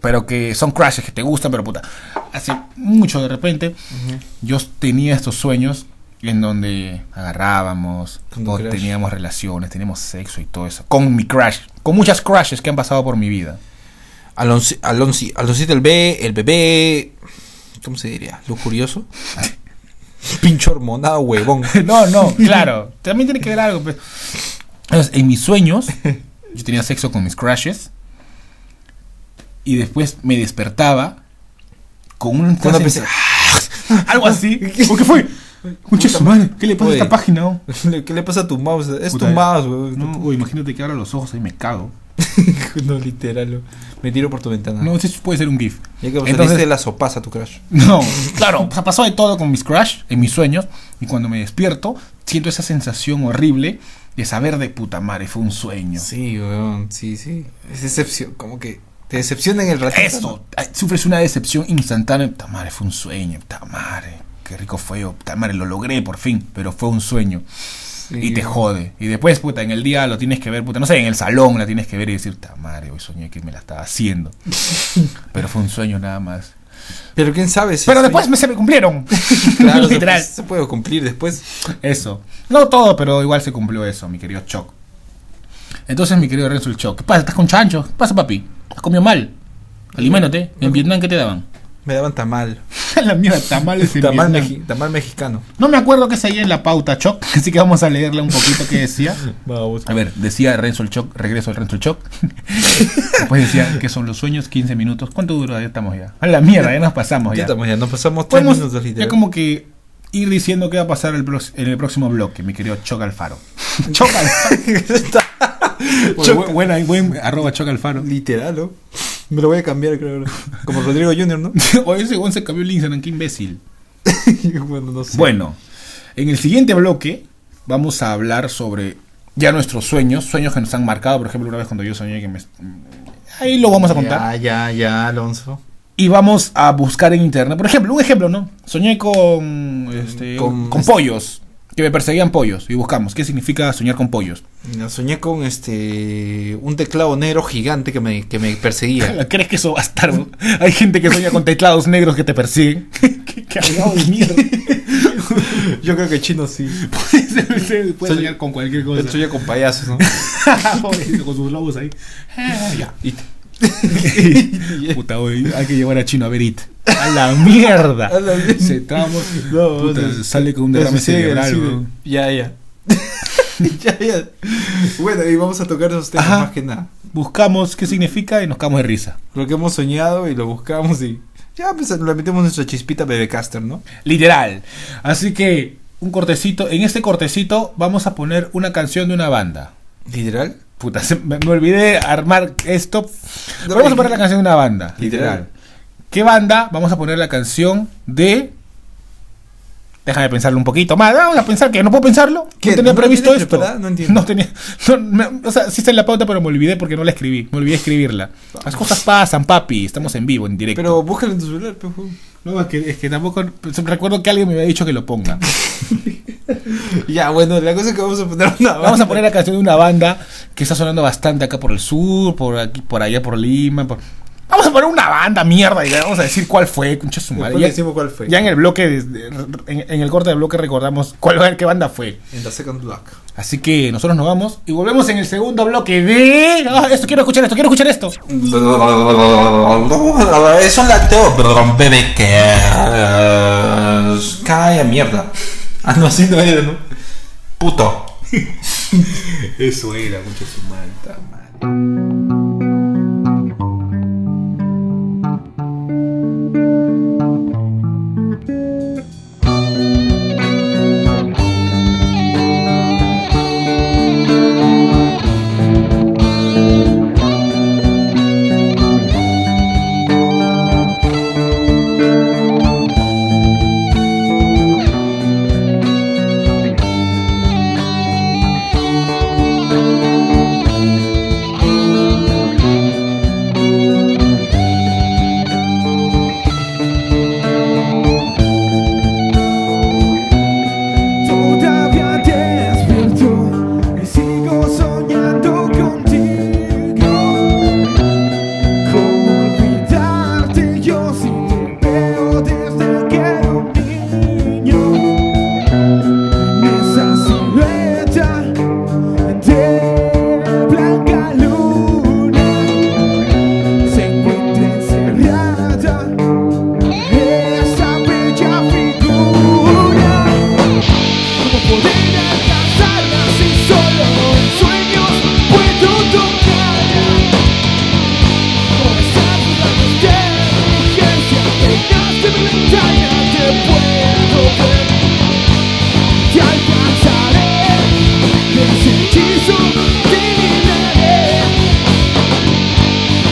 Speaker 4: pero que son crashes que te gustan, pero puta, hace mucho de repente yo tenía estos sueños en donde agarrábamos,
Speaker 3: Con tu
Speaker 4: o
Speaker 3: crush.
Speaker 4: teníamos relaciones, teníamos sexo y todo eso, con mi crush, con muchas crushes que han pasado por mi vida.
Speaker 3: Alonso, Alonso, Aloncito el B, el bebé. ¿Cómo se diría? ¿Lujurioso? Pincho hormonado, huevón.
Speaker 4: No, no, claro, también tiene que ver algo. pues. Entonces, en mis sueños, yo tenía sexo con mis crushes y después me despertaba con una,
Speaker 3: Cuando
Speaker 4: sensa-
Speaker 3: pensé,
Speaker 4: algo así. ¿O qué fue? Concha su madre, ¿qué le pasa a esta
Speaker 3: Oye.
Speaker 4: página? oh?
Speaker 3: ¿Qué le pasa a tu mouse? Es
Speaker 4: Puta,
Speaker 3: tu mouse, weón.
Speaker 4: No, o imagínate que abra los ojos y me cago.
Speaker 3: No, literal. weón. Me tiro por tu ventana.
Speaker 4: No, eso puede ser un GIF.
Speaker 3: Ya que vos
Speaker 4: Entonces-
Speaker 3: saliste de la sopaza, tu crush.
Speaker 4: No, claro, o sea, pasó de todo con mis crush en mis sueños y cuando me despierto siento esa sensación horrible de saber de puta madre, fue un sueño.
Speaker 3: Sí, weón. Sí, sí. Es decepción. Como que te decepciona en el ratito.
Speaker 4: Eso, ay, sufres una decepción instantánea, puta madre, fue un sueño, puta madre, qué rico fue, oh, puta madre, lo logré por fin, pero fue un sueño y te jode. Y después, puta, en el día lo tienes que ver, puta, no sé, en el salón la tienes que ver y decir, puta madre, hoy soñé que me la estaba haciendo, pero fue un sueño nada más.
Speaker 3: Pero quién sabe si.
Speaker 4: Pero
Speaker 3: sí.
Speaker 4: después me, se me cumplieron.
Speaker 3: Claro,
Speaker 4: literal.
Speaker 3: después Se puede cumplir después.
Speaker 4: Eso. No todo, pero igual se cumplió eso, mi querido Choc. Entonces, mi querido Renzo el Choc, ¿qué pasa? ¿Estás con chancho? ¿Qué pasa, papi? ¿Has comido mal? Aliméntate. ¿En Vietnam qué te daban?
Speaker 3: Me daban tamal.
Speaker 4: la mierda, tamales en
Speaker 3: Tamal,
Speaker 4: Vietnam.
Speaker 3: meji- tamal mexicano.
Speaker 4: No me acuerdo qué seguía en la pauta, Choc, así que vamos a leerle un poquito qué decía.
Speaker 3: Vamos.
Speaker 4: A ver, decía Renzo el Choc, regreso al Renzo el Choc. Después decía que son los sueños, 15 minutos. ¿Cuánto duró? Ya estamos ya. A la mierda, ya nos pasamos
Speaker 3: Ya
Speaker 4: Oh, ya.
Speaker 3: estamos, ya nos pasamos tres
Speaker 4: Podemos
Speaker 3: minutos
Speaker 4: ya
Speaker 3: literal.
Speaker 4: como que ir diciendo qué va a pasar el prox- en el próximo bloque, mi querido Choca Alfaro. Choca Alfaro. Bueno,
Speaker 3: Choca.
Speaker 4: bu- buena, buen arroba Choca Alfaro.
Speaker 3: Literal, ¿no? Me lo voy a cambiar, creo. ahora. Como Rodrigo Junior, ¿no?
Speaker 4: o ese weón se cambió el Instagram, qué imbécil.
Speaker 3: bueno, no sé.
Speaker 4: Bueno, en el siguiente bloque vamos a hablar sobre ya nuestros sueños, sueños que nos han marcado, por ejemplo, una vez cuando yo soñé que me... mm, Ahí lo vamos a contar.
Speaker 3: Ya, ya, ya, Alonso.
Speaker 4: Y vamos a buscar en internet. Por ejemplo, un ejemplo, ¿no? Soñé con, este,
Speaker 3: Con-
Speaker 4: con pollos, que me perseguían pollos. Y buscamos, ¿qué significa soñar con pollos?
Speaker 3: Mira, Soñé con este un teclado negro gigante que me, que me perseguía.
Speaker 4: ¿Crees que eso va a estar? Hay gente que sueña con teclados negros que te persiguen. ¿Qué, qué hablado de mierda?
Speaker 3: Yo creo que chino sí.
Speaker 4: Se- se Puede
Speaker 3: Soy-
Speaker 4: soñar con cualquier cosa.
Speaker 3: Soñé con payasos, ¿no?
Speaker 4: Ah, Pobrecito, con sus lobos ahí. Ah, ya. Puta, güey, hay que llevar a Chino a ver It. A la mierda.
Speaker 3: A la mierda.
Speaker 4: Se tramo.
Speaker 3: No,
Speaker 4: Puta,
Speaker 3: o sea,
Speaker 4: sale con un derrame
Speaker 3: Eso sí,
Speaker 4: cerebral,
Speaker 3: sí,
Speaker 4: güey.
Speaker 3: Ya, ya. ya, ya. Bueno, y vamos a tocar esos temas
Speaker 4: Ajá.
Speaker 3: más que nada.
Speaker 4: Buscamos qué significa y nos cagamos de risa.
Speaker 3: Lo que hemos soñado y lo buscamos y. Ya, pues le metemos nuestra chispita Bebecaster, ¿no?
Speaker 4: Literal. Así que, un cortecito. En este cortecito vamos a poner una canción de una banda.
Speaker 3: Literal.
Speaker 4: Puta, se- me, me olvidé armar esto. Pero vamos a poner la canción de una banda, literal.
Speaker 3: Literal.
Speaker 4: ¿Qué banda? Vamos a poner la canción de Déjame pensarlo un poquito más. Vamos a pensar que no puedo pensarlo.
Speaker 3: ¿Qué?
Speaker 4: No tenía
Speaker 3: ¿No lo
Speaker 4: previsto
Speaker 3: tienes
Speaker 4: esto.
Speaker 3: preparada? No entiendo.
Speaker 4: tenía. no, me- o sea, sí está en la pauta, pero me olvidé porque no la escribí. Me olvidé escribirla. Las cosas pasan, papi. Estamos en vivo, en directo.
Speaker 3: Pero búscalo en tu celular, pues. weón.
Speaker 4: no, es que, es que tampoco. Recuerdo que alguien me había dicho que lo ponga.
Speaker 3: Ya, bueno, la cosa es que vamos a poner una
Speaker 4: Vamos
Speaker 3: banda.
Speaker 4: a poner la canción de una banda que está sonando bastante acá por el sur, por aquí, por allá, por Lima. por- Vamos a poner una banda, mierda, y le vamos a decir cuál fue, concha su madre.
Speaker 3: Después
Speaker 4: Ya,
Speaker 3: decimos cuál fue.
Speaker 4: ya en el bloque, de- de- en, en el corte del bloque recordamos cuál qué banda fue.
Speaker 3: En The Second Block.
Speaker 4: Así que nosotros nos vamos y volvemos en el segundo bloque de... Ah, esto quiero escuchar esto, quiero escuchar esto.
Speaker 3: Eso lateo, perdón, bebé que. Calla mierda. Ah, no, así no era, ¿no? Puto.
Speaker 4: Eso era, mucho su malta,
Speaker 5: Todavía despierto y sigo soñando contigo. ¿Cómo olvidarte yo si te veo desde que era un niño? En esa silueta de blanca luna se encuentra encerrada esa bella figura. Como poder alcanzarla si solo en sueños puedo tocarla? Con esa duda de urgencia apenas de mi ventana te puedo ver Te alcanzaré, de ese hechizo te liberaré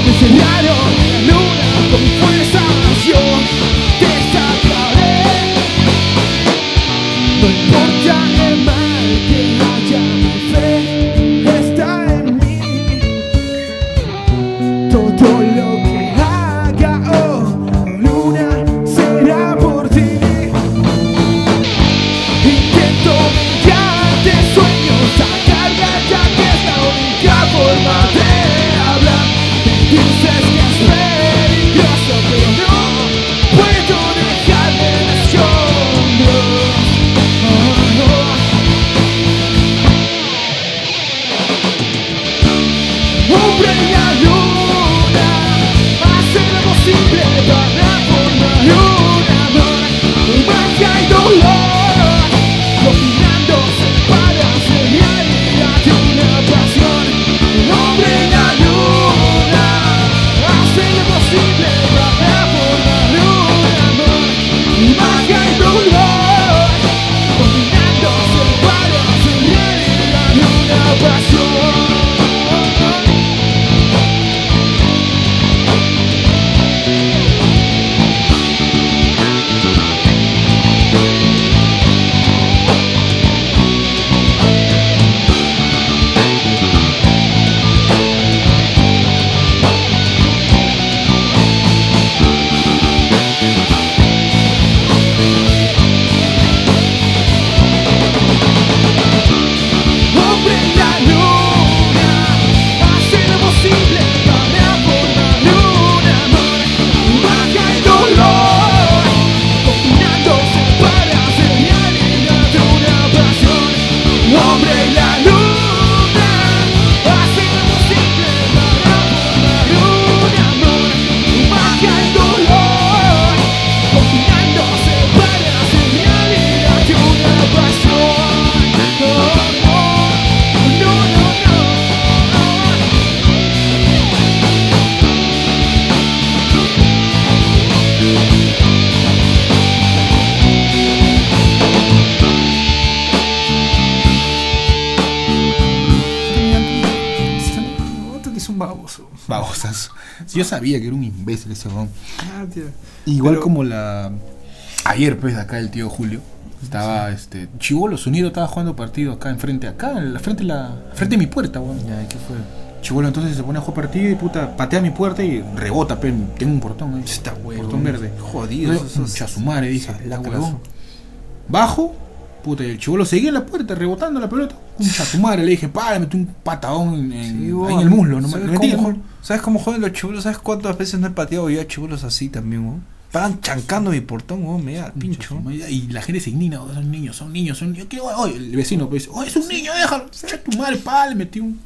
Speaker 5: Me cerraron la luna con mi fuerza yo te sacaré no importa el mal que haya, mi fe está en mí. Todo lo que haga, oh, luna, será por ti. Intento brillante sueños, sacarla ya que es la única forma de hablar. Me dices que es peligroso, pero no puedo dejarme de asombro. Hombre y la luna hace lo posible para formar un amor con magia y dolor Combinando para ser realidad una pasión El hombre y la luna hace lo posible para formar un amor con magia y dolor Combinando para ser realidad una pasión Hombre la luna hace lo posible para formar un amor Magia y dolor combinándose para ser realidad una pasión Hombre la luna hace lo posible para formar un amor Magia y dolor combinándose para ser realidad una pasión no, no, no, no.
Speaker 3: Otro que es un baboso.
Speaker 4: Babosas. Yo sabía que era un imbécil ese weón.
Speaker 3: Ah, tío.
Speaker 4: Igual
Speaker 3: Pero-
Speaker 4: como la... Ayer, pues, acá el tío Julio estaba, este, Chibolo, su nido estaba jugando partido acá enfrente, acá, en la frente, de la, frente de mi puerta, weón. Ya, ¿qué fue? Chibolo entonces se pone a jugar partido y puta, patea mi puerta y rebota, pero tengo un portón ahí.
Speaker 3: Está huevón.
Speaker 4: Portón verde.
Speaker 3: Jodido,
Speaker 4: Yo,
Speaker 3: eso es-
Speaker 4: "Concha su madre", dije,
Speaker 3: Esa
Speaker 4: la
Speaker 3: cagazo.
Speaker 4: cagó. Bajo, puta, y el chivolo seguía en la puerta rebotando la pelota. Concha su madre, le dije, para, metí un patadón en, en-
Speaker 3: Sí,
Speaker 4: ahí
Speaker 3: weón.
Speaker 4: en el muslo, no me
Speaker 3: ¿Sabes,
Speaker 4: no metí,
Speaker 3: cómo,
Speaker 4: weón.
Speaker 3: ¿Sabes cómo joden los chibulos? ¿Sabes cuántas veces no he pateado yo a chibulos así también, weón? Paran chancando mi portón, weón, me da el pincho.
Speaker 4: Pincho. Y la gente se indigna, "Oh, son niños, son niños, son niños. ¿Qué, oh, oh", el vecino pues, oh, es un niño, déjalo. Concha tu madre, pa, le metí un.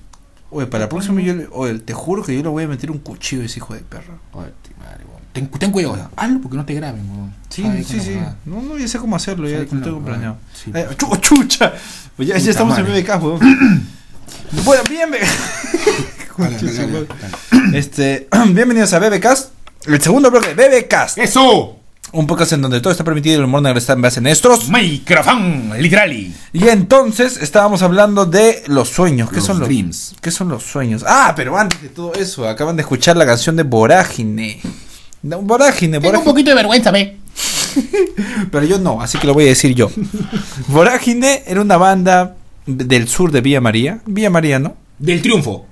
Speaker 3: Oye, para el próximo yo le- oye, te juro que yo le voy a meter un cuchillo a ese hijo de perra.
Speaker 4: Oye, tu madre, weón. Ten, ten cuidado, o sea, hazlo porque no te graben, weón.
Speaker 3: Sí,
Speaker 4: Sabe
Speaker 3: sí,
Speaker 4: con la
Speaker 3: sí.
Speaker 4: huevada.
Speaker 3: No, no, ya sé cómo hacerlo, ya
Speaker 4: Sabe
Speaker 3: lo
Speaker 4: con la
Speaker 3: tengo
Speaker 4: huevada.
Speaker 3: planeado.
Speaker 4: Sí.
Speaker 3: Eh, chu- chucha! Pues ya, ya
Speaker 4: Puta
Speaker 3: estamos en
Speaker 4: madre.
Speaker 3: BBK, weón. bueno, bienvenido.
Speaker 4: Dale, dale, dale, dale.
Speaker 3: este, bienvenidos a BBK. El segundo bloque de BBK.
Speaker 6: ¡Eso!
Speaker 3: Un podcast en donde todo está permitido y el humor negro está en base en nuestros.
Speaker 6: Microfón, literally.
Speaker 3: Y entonces estábamos hablando de los sueños. ¿Qué
Speaker 4: Los
Speaker 3: son los
Speaker 4: dreams.
Speaker 3: ¿Qué son los sueños? Ah, pero antes de todo eso, acaban de escuchar la canción de Vorágine. No,
Speaker 4: Tengo
Speaker 3: Vorágine,
Speaker 4: un
Speaker 3: Vorágine.
Speaker 4: poquito de vergüenza, ve.
Speaker 3: Pero yo no, así que lo voy a decir yo. Vorágine era una banda de- del sur de Villa María, Villa María, ¿no?
Speaker 6: Del triunfo.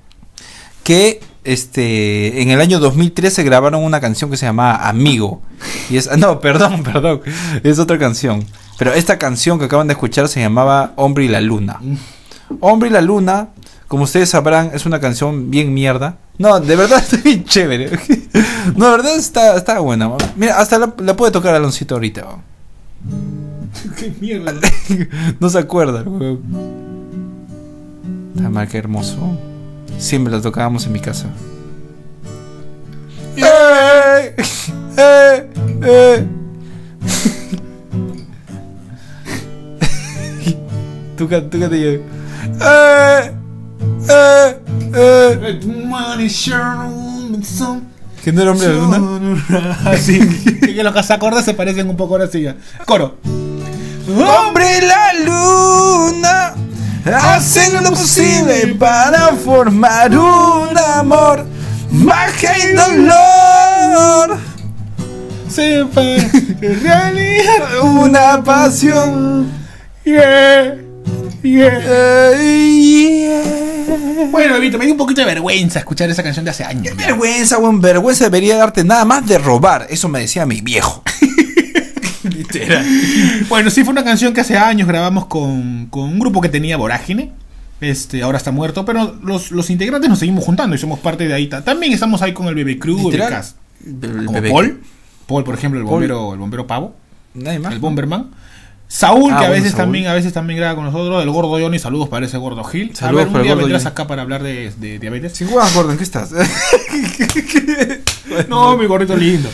Speaker 3: Que este en el año 2013 grabaron una canción que se llamaba Amigo. Y es no, perdón, perdón, es otra canción. Pero esta canción que acaban de escuchar se llamaba Hombre y la Luna.
Speaker 4: Mm.
Speaker 3: Hombre y la Luna, como ustedes sabrán, es una canción bien mierda. No, de verdad está bien chévere. No, de verdad está, está buena. man. Mira, hasta la, la puede tocar Aloncito ahorita. man.
Speaker 4: Qué mierda.
Speaker 3: No se acuerda el huevón. Está mal, qué hermoso. Siempre la tocábamos en mi casa. ¡Eh! ¡Eh! ¡Eh! Tú can- tú canta yo. ¡Eh! ¡Eh! ¡Eh! ¿Que no era hombre de la luna?
Speaker 4: Así que los casacordas se parecen un poco ahora sí ya. Coro.
Speaker 3: Hombre y la luna hacen lo posible para formar un amor, magia y dolor,
Speaker 4: Se parece realidad.
Speaker 3: una pasión.
Speaker 4: Yeah. Yeah.
Speaker 3: Eh, yeah.
Speaker 4: Bueno, Evito, me dio un poquito de vergüenza escuchar esa canción de hace años. ya.
Speaker 3: Vergüenza, buen vergüenza debería darte nada más de robar. Eso me decía mi viejo.
Speaker 4: Bueno, sí, fue una canción que hace años grabamos con, con un grupo que tenía Vorágine. Este, ahora está muerto, pero los, los integrantes nos seguimos juntando y somos parte de ahí. Ta- También estamos ahí con el Bebé Crew, Bebé
Speaker 3: Literal.
Speaker 4: Cast.
Speaker 3: El
Speaker 4: Como
Speaker 3: bebé.
Speaker 4: Paul. Paul, por ejemplo, el
Speaker 3: Paul.
Speaker 4: bombero, el bombero pavo.
Speaker 3: Nadie más.
Speaker 4: el Bomberman. Saúl,
Speaker 3: Ah,
Speaker 4: que a
Speaker 3: bueno,
Speaker 4: veces
Speaker 3: Saúl.
Speaker 4: también, a veces también graba con nosotros, el gordo Johnny, saludos para ese gordo Gil.
Speaker 3: Saludos
Speaker 4: a ver,
Speaker 3: para
Speaker 4: un
Speaker 3: el
Speaker 4: día
Speaker 3: gordo
Speaker 4: vendrás
Speaker 3: Johnny.
Speaker 4: acá para hablar de, de diabetes.
Speaker 3: Sin huevas, Gordon, ¿qué estás?
Speaker 4: no, mi gordito lindo.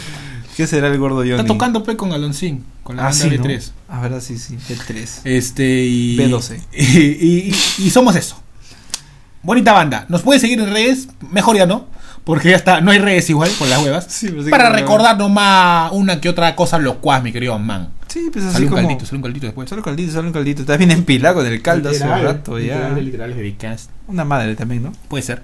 Speaker 3: ¿Qué será el gordo Johnny?
Speaker 4: Está tocando pe con Aloncín, con la
Speaker 3: Ah,
Speaker 4: banda
Speaker 3: sí,
Speaker 4: de
Speaker 3: ¿no?
Speaker 4: 3
Speaker 3: Ah, verdad, sí, sí, el 3.
Speaker 4: Este y.
Speaker 3: B12.
Speaker 4: Y, y- y somos eso. Bonita banda. Nos pueden seguir en redes, mejor ya no, porque ya está, no hay redes igual con las huevas.
Speaker 3: Sí, pensé que
Speaker 4: para
Speaker 3: no había.
Speaker 4: recordar nomás una que otra cosa locuaz, mi querido man.
Speaker 3: Sí, pues así
Speaker 4: Sale un
Speaker 3: como...
Speaker 4: caldito, sale un caldito después.
Speaker 3: Solo caldito, solo un caldito. Estás bien empilado con el caldo hace un
Speaker 4: Literal,
Speaker 3: rato ya.
Speaker 4: literal, literal, es de Vicast.
Speaker 3: Una madre también, ¿no?
Speaker 4: Puede ser.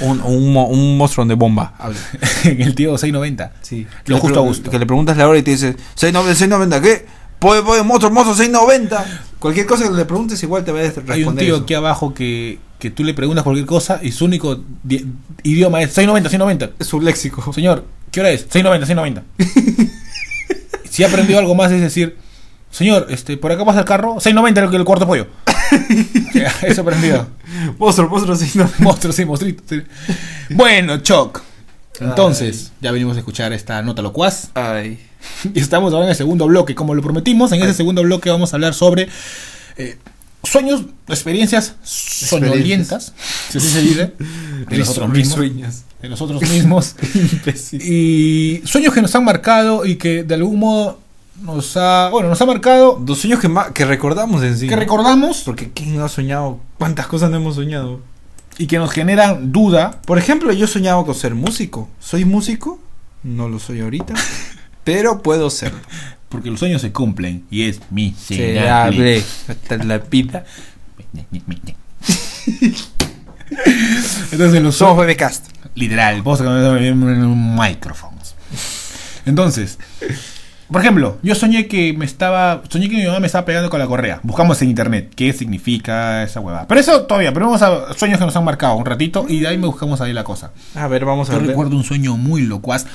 Speaker 3: Un, un, mo- un monstruo de bomba.
Speaker 4: en el tío 690.
Speaker 3: Sí.
Speaker 4: Lo justo a gusto.
Speaker 3: Que le preguntas la hora y te dice 690, 690, ¿qué? Puede, puede, monstruo, monstruo, 690. Cualquier cosa que le preguntes igual te va a responder.
Speaker 4: Hay un tío
Speaker 3: eso.
Speaker 4: aquí abajo que, que tú le preguntas cualquier cosa y su único di- idioma es 690, 690.
Speaker 3: Es un léxico.
Speaker 4: Señor, ¿qué hora es? 690, 690. si ha aprendido algo más es decir, señor, este, por acá pasa el carro, 690 lo que el cuarto pollo. Eso aprendido.
Speaker 3: Monstruo, monstruo, 690.
Speaker 4: Monstruo, sí, monstruito. sí. Bueno, Choc. Entonces, ya venimos a escuchar esta nota locuaz.
Speaker 3: Ay.
Speaker 4: Y estamos ahora en el segundo bloque, como lo prometimos, en ese segundo bloque vamos a hablar sobre eh, sueños, experiencias soñolientas, si así se dice, de nosotros mismos,
Speaker 3: Risueñas.
Speaker 4: de nosotros mismos
Speaker 3: Imbécil.
Speaker 4: y sueños que nos han marcado y que de algún modo nos ha, bueno, nos ha marcado
Speaker 3: Los sueños que, ma- que recordamos en sí.
Speaker 4: que
Speaker 3: ¿no?
Speaker 4: recordamos
Speaker 3: Porque ¿quién no ha soñado? ¿Cuántas cosas no hemos soñado?
Speaker 4: y que nos generan duda.
Speaker 3: Por ejemplo, yo soñaba con ser músico. ¿Soy músico? No lo soy ahorita. pero puedo serlo.
Speaker 4: Porque los sueños se cumplen y es mi
Speaker 3: Miserable. Hasta la vida.
Speaker 4: Entonces los
Speaker 3: Somos Bebecast.
Speaker 4: Literal, vos micrófonos. Entonces, Por ejemplo, yo soñé que me estaba. Soñé que mi mamá me estaba pegando con la correa. Buscamos en internet qué significa esa huevada. Pero eso todavía, pero vamos a sueños que nos han marcado un ratito y de ahí me buscamos ahí la cosa.
Speaker 3: A ver, vamos a
Speaker 4: Yo
Speaker 3: ver.
Speaker 4: recuerdo un sueño muy locuaz.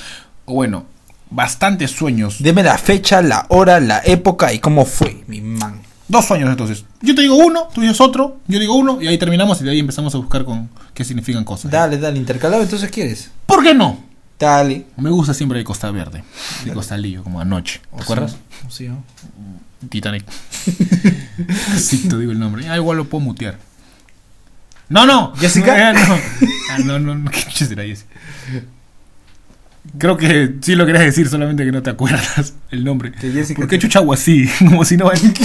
Speaker 4: O bueno, bastantes sueños.
Speaker 3: Deme la fecha, la hora, la época y cómo fue, mi man.
Speaker 4: Dos sueños entonces. Yo te digo uno, tú dices otro, yo digo uno y ahí terminamos y de ahí empezamos a buscar con qué significan cosas.
Speaker 3: Dale, dale, intercalado, entonces quieres.
Speaker 4: ¿Por qué no?
Speaker 3: Dale.
Speaker 4: Me gusta siempre el Costa Verde, el Costalillo, como anoche. ¿Te acuerdas?
Speaker 3: Sí, ¿no?
Speaker 4: Titanic. sí, te digo el nombre. Ah, igual lo puedo mutear. No, no.
Speaker 3: Jessica.
Speaker 4: Eh, no. Ah, no, no, no. ¿Qué chucha era Jessica? Creo que sí lo querías decir, solamente que no te acuerdas el nombre.
Speaker 3: Que Jessica
Speaker 4: ¿Por qué
Speaker 3: te-
Speaker 4: chucha hago así? Como si no. Estoy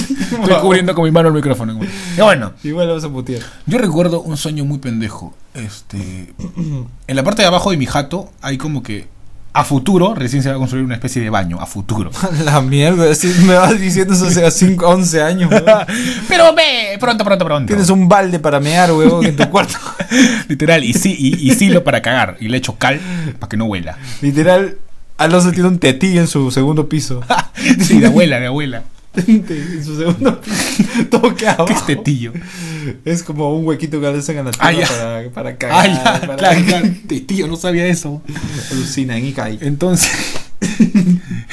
Speaker 4: cubriendo con mi mano el micrófono. güey. Y bueno,
Speaker 3: Igual lo vas a putear.
Speaker 4: yo recuerdo un sueño muy pendejo. Este, en la parte de abajo de mi jato hay como que a futuro recién se va a construir una especie de baño. A futuro.
Speaker 3: La mierda, si me vas diciendo eso hace 5, 11 años, weón.
Speaker 4: Pero ve, pronto, pronto, pronto.
Speaker 3: Tienes un balde para mear, weón, en tu cuarto.
Speaker 4: Literal, y sí, y, y silo para cagar. Y le echo cal para que no huela.
Speaker 3: Literal, Alonso tiene un tetí en su segundo piso.
Speaker 4: Sí, de abuela, de abuela.
Speaker 3: en su segundo piso. Todo queda
Speaker 4: ¿Qué este es
Speaker 3: abajo.
Speaker 4: tetillo?
Speaker 3: Es como un huequito que le hacen a la tierra
Speaker 4: Ah, ya.
Speaker 3: para, para cagar.
Speaker 4: Ay, ya,
Speaker 3: para
Speaker 4: claro, claro, tetillo, no sabía eso.
Speaker 3: Alucinan y caen.
Speaker 4: Entonces,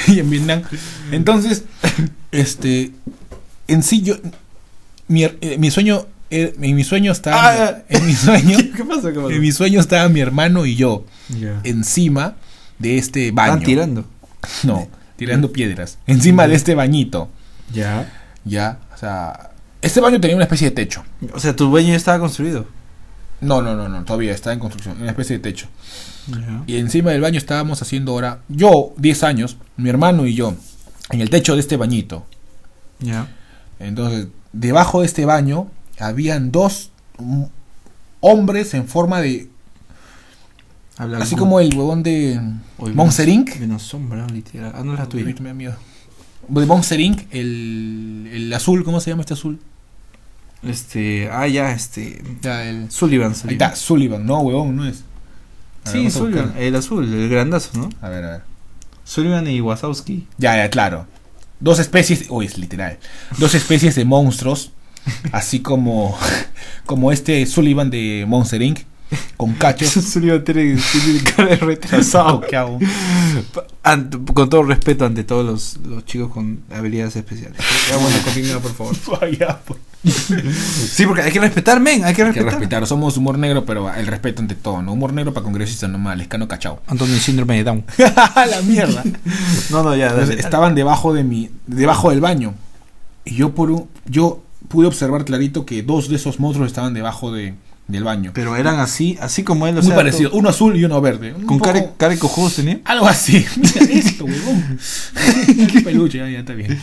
Speaker 4: y en Vietnam. Entonces, este, en sí yo, mi, her- eh, mi sueño, eh, en mi sueño estaba,
Speaker 3: Ah,
Speaker 4: en mi sueño,
Speaker 3: ¿Qué pasa? ¿Qué pasa?
Speaker 4: en mi sueño estaba mi hermano y yo
Speaker 3: Ya.
Speaker 4: encima de este baño.
Speaker 3: Están tirando.
Speaker 4: No, tirando piedras. Encima de este bañito.
Speaker 3: Ya.
Speaker 4: Ya, o sea, este baño tenía una especie de techo.
Speaker 3: O sea, tu baño ya estaba construido.
Speaker 4: No, no, no, no, todavía está en construcción, una especie de techo.
Speaker 3: Ya.
Speaker 4: Y encima del baño estábamos haciendo ahora, yo, 10 años, mi hermano y yo, en el techo de este bañito.
Speaker 3: Ya.
Speaker 4: Entonces, debajo de este baño habían dos mm, hombres en forma de...
Speaker 3: Habla
Speaker 4: Así
Speaker 3: algo.
Speaker 4: como el huevón de
Speaker 3: Oye, me
Speaker 4: Monster
Speaker 3: nos-
Speaker 4: Inc.
Speaker 3: Me nos sombra, literal. Ah, no es la tuya.
Speaker 4: Uy, me da miedo. De Monster Inc. El, el azul, ¿cómo se llama este azul?
Speaker 3: Este. Ah, ya, este.
Speaker 4: Ya, el...
Speaker 3: Sullivan. Ah,
Speaker 4: Ahí está, Sullivan, no, huevón, no es. A ver, vamos
Speaker 3: Sí,
Speaker 4: a buscar.
Speaker 3: Sullivan. El azul, el grandazo, ¿no?
Speaker 4: A ver, a ver.
Speaker 3: Sullivan y Wazowski.
Speaker 4: Ya, ya, claro. Dos especies, uy, es literal. Dos especies de monstruos, así como, como este Sullivan de Monster Inc. con cachos.
Speaker 3: Sullivan tiene, tiene cara de retrasado.
Speaker 4: ¿Qué hago?
Speaker 3: Ante- con todo respeto ante todos los, los chicos con habilidades especiales. Ya, bueno, continúa, por favor.
Speaker 4: Vaya, pues.
Speaker 3: Sí, porque hay que respetar, men, hay que
Speaker 4: Hay que
Speaker 3: respetar.
Speaker 4: respetar, somos humor negro, pero el respeto ante todo, ¿no? Humor negro para congresistas nomás, les cano cachao.
Speaker 3: Antonio, síndrome de Down.
Speaker 4: la mierda.
Speaker 3: No, no, ya,
Speaker 4: Entonces, estaban debajo de mi, debajo del baño. Y yo por un- yo pude observar clarito que dos de esos monstruos estaban debajo de, del baño.
Speaker 3: Pero eran así, así como él, o
Speaker 4: Muy
Speaker 3: sea,
Speaker 4: parecido,
Speaker 3: todo-
Speaker 4: uno azul y uno verde. Un
Speaker 3: Con
Speaker 4: poco-
Speaker 3: cara, cara de cojudos tenía.
Speaker 4: Algo así. Mira esto, huevón. Qué peluche, ya, ya está bien.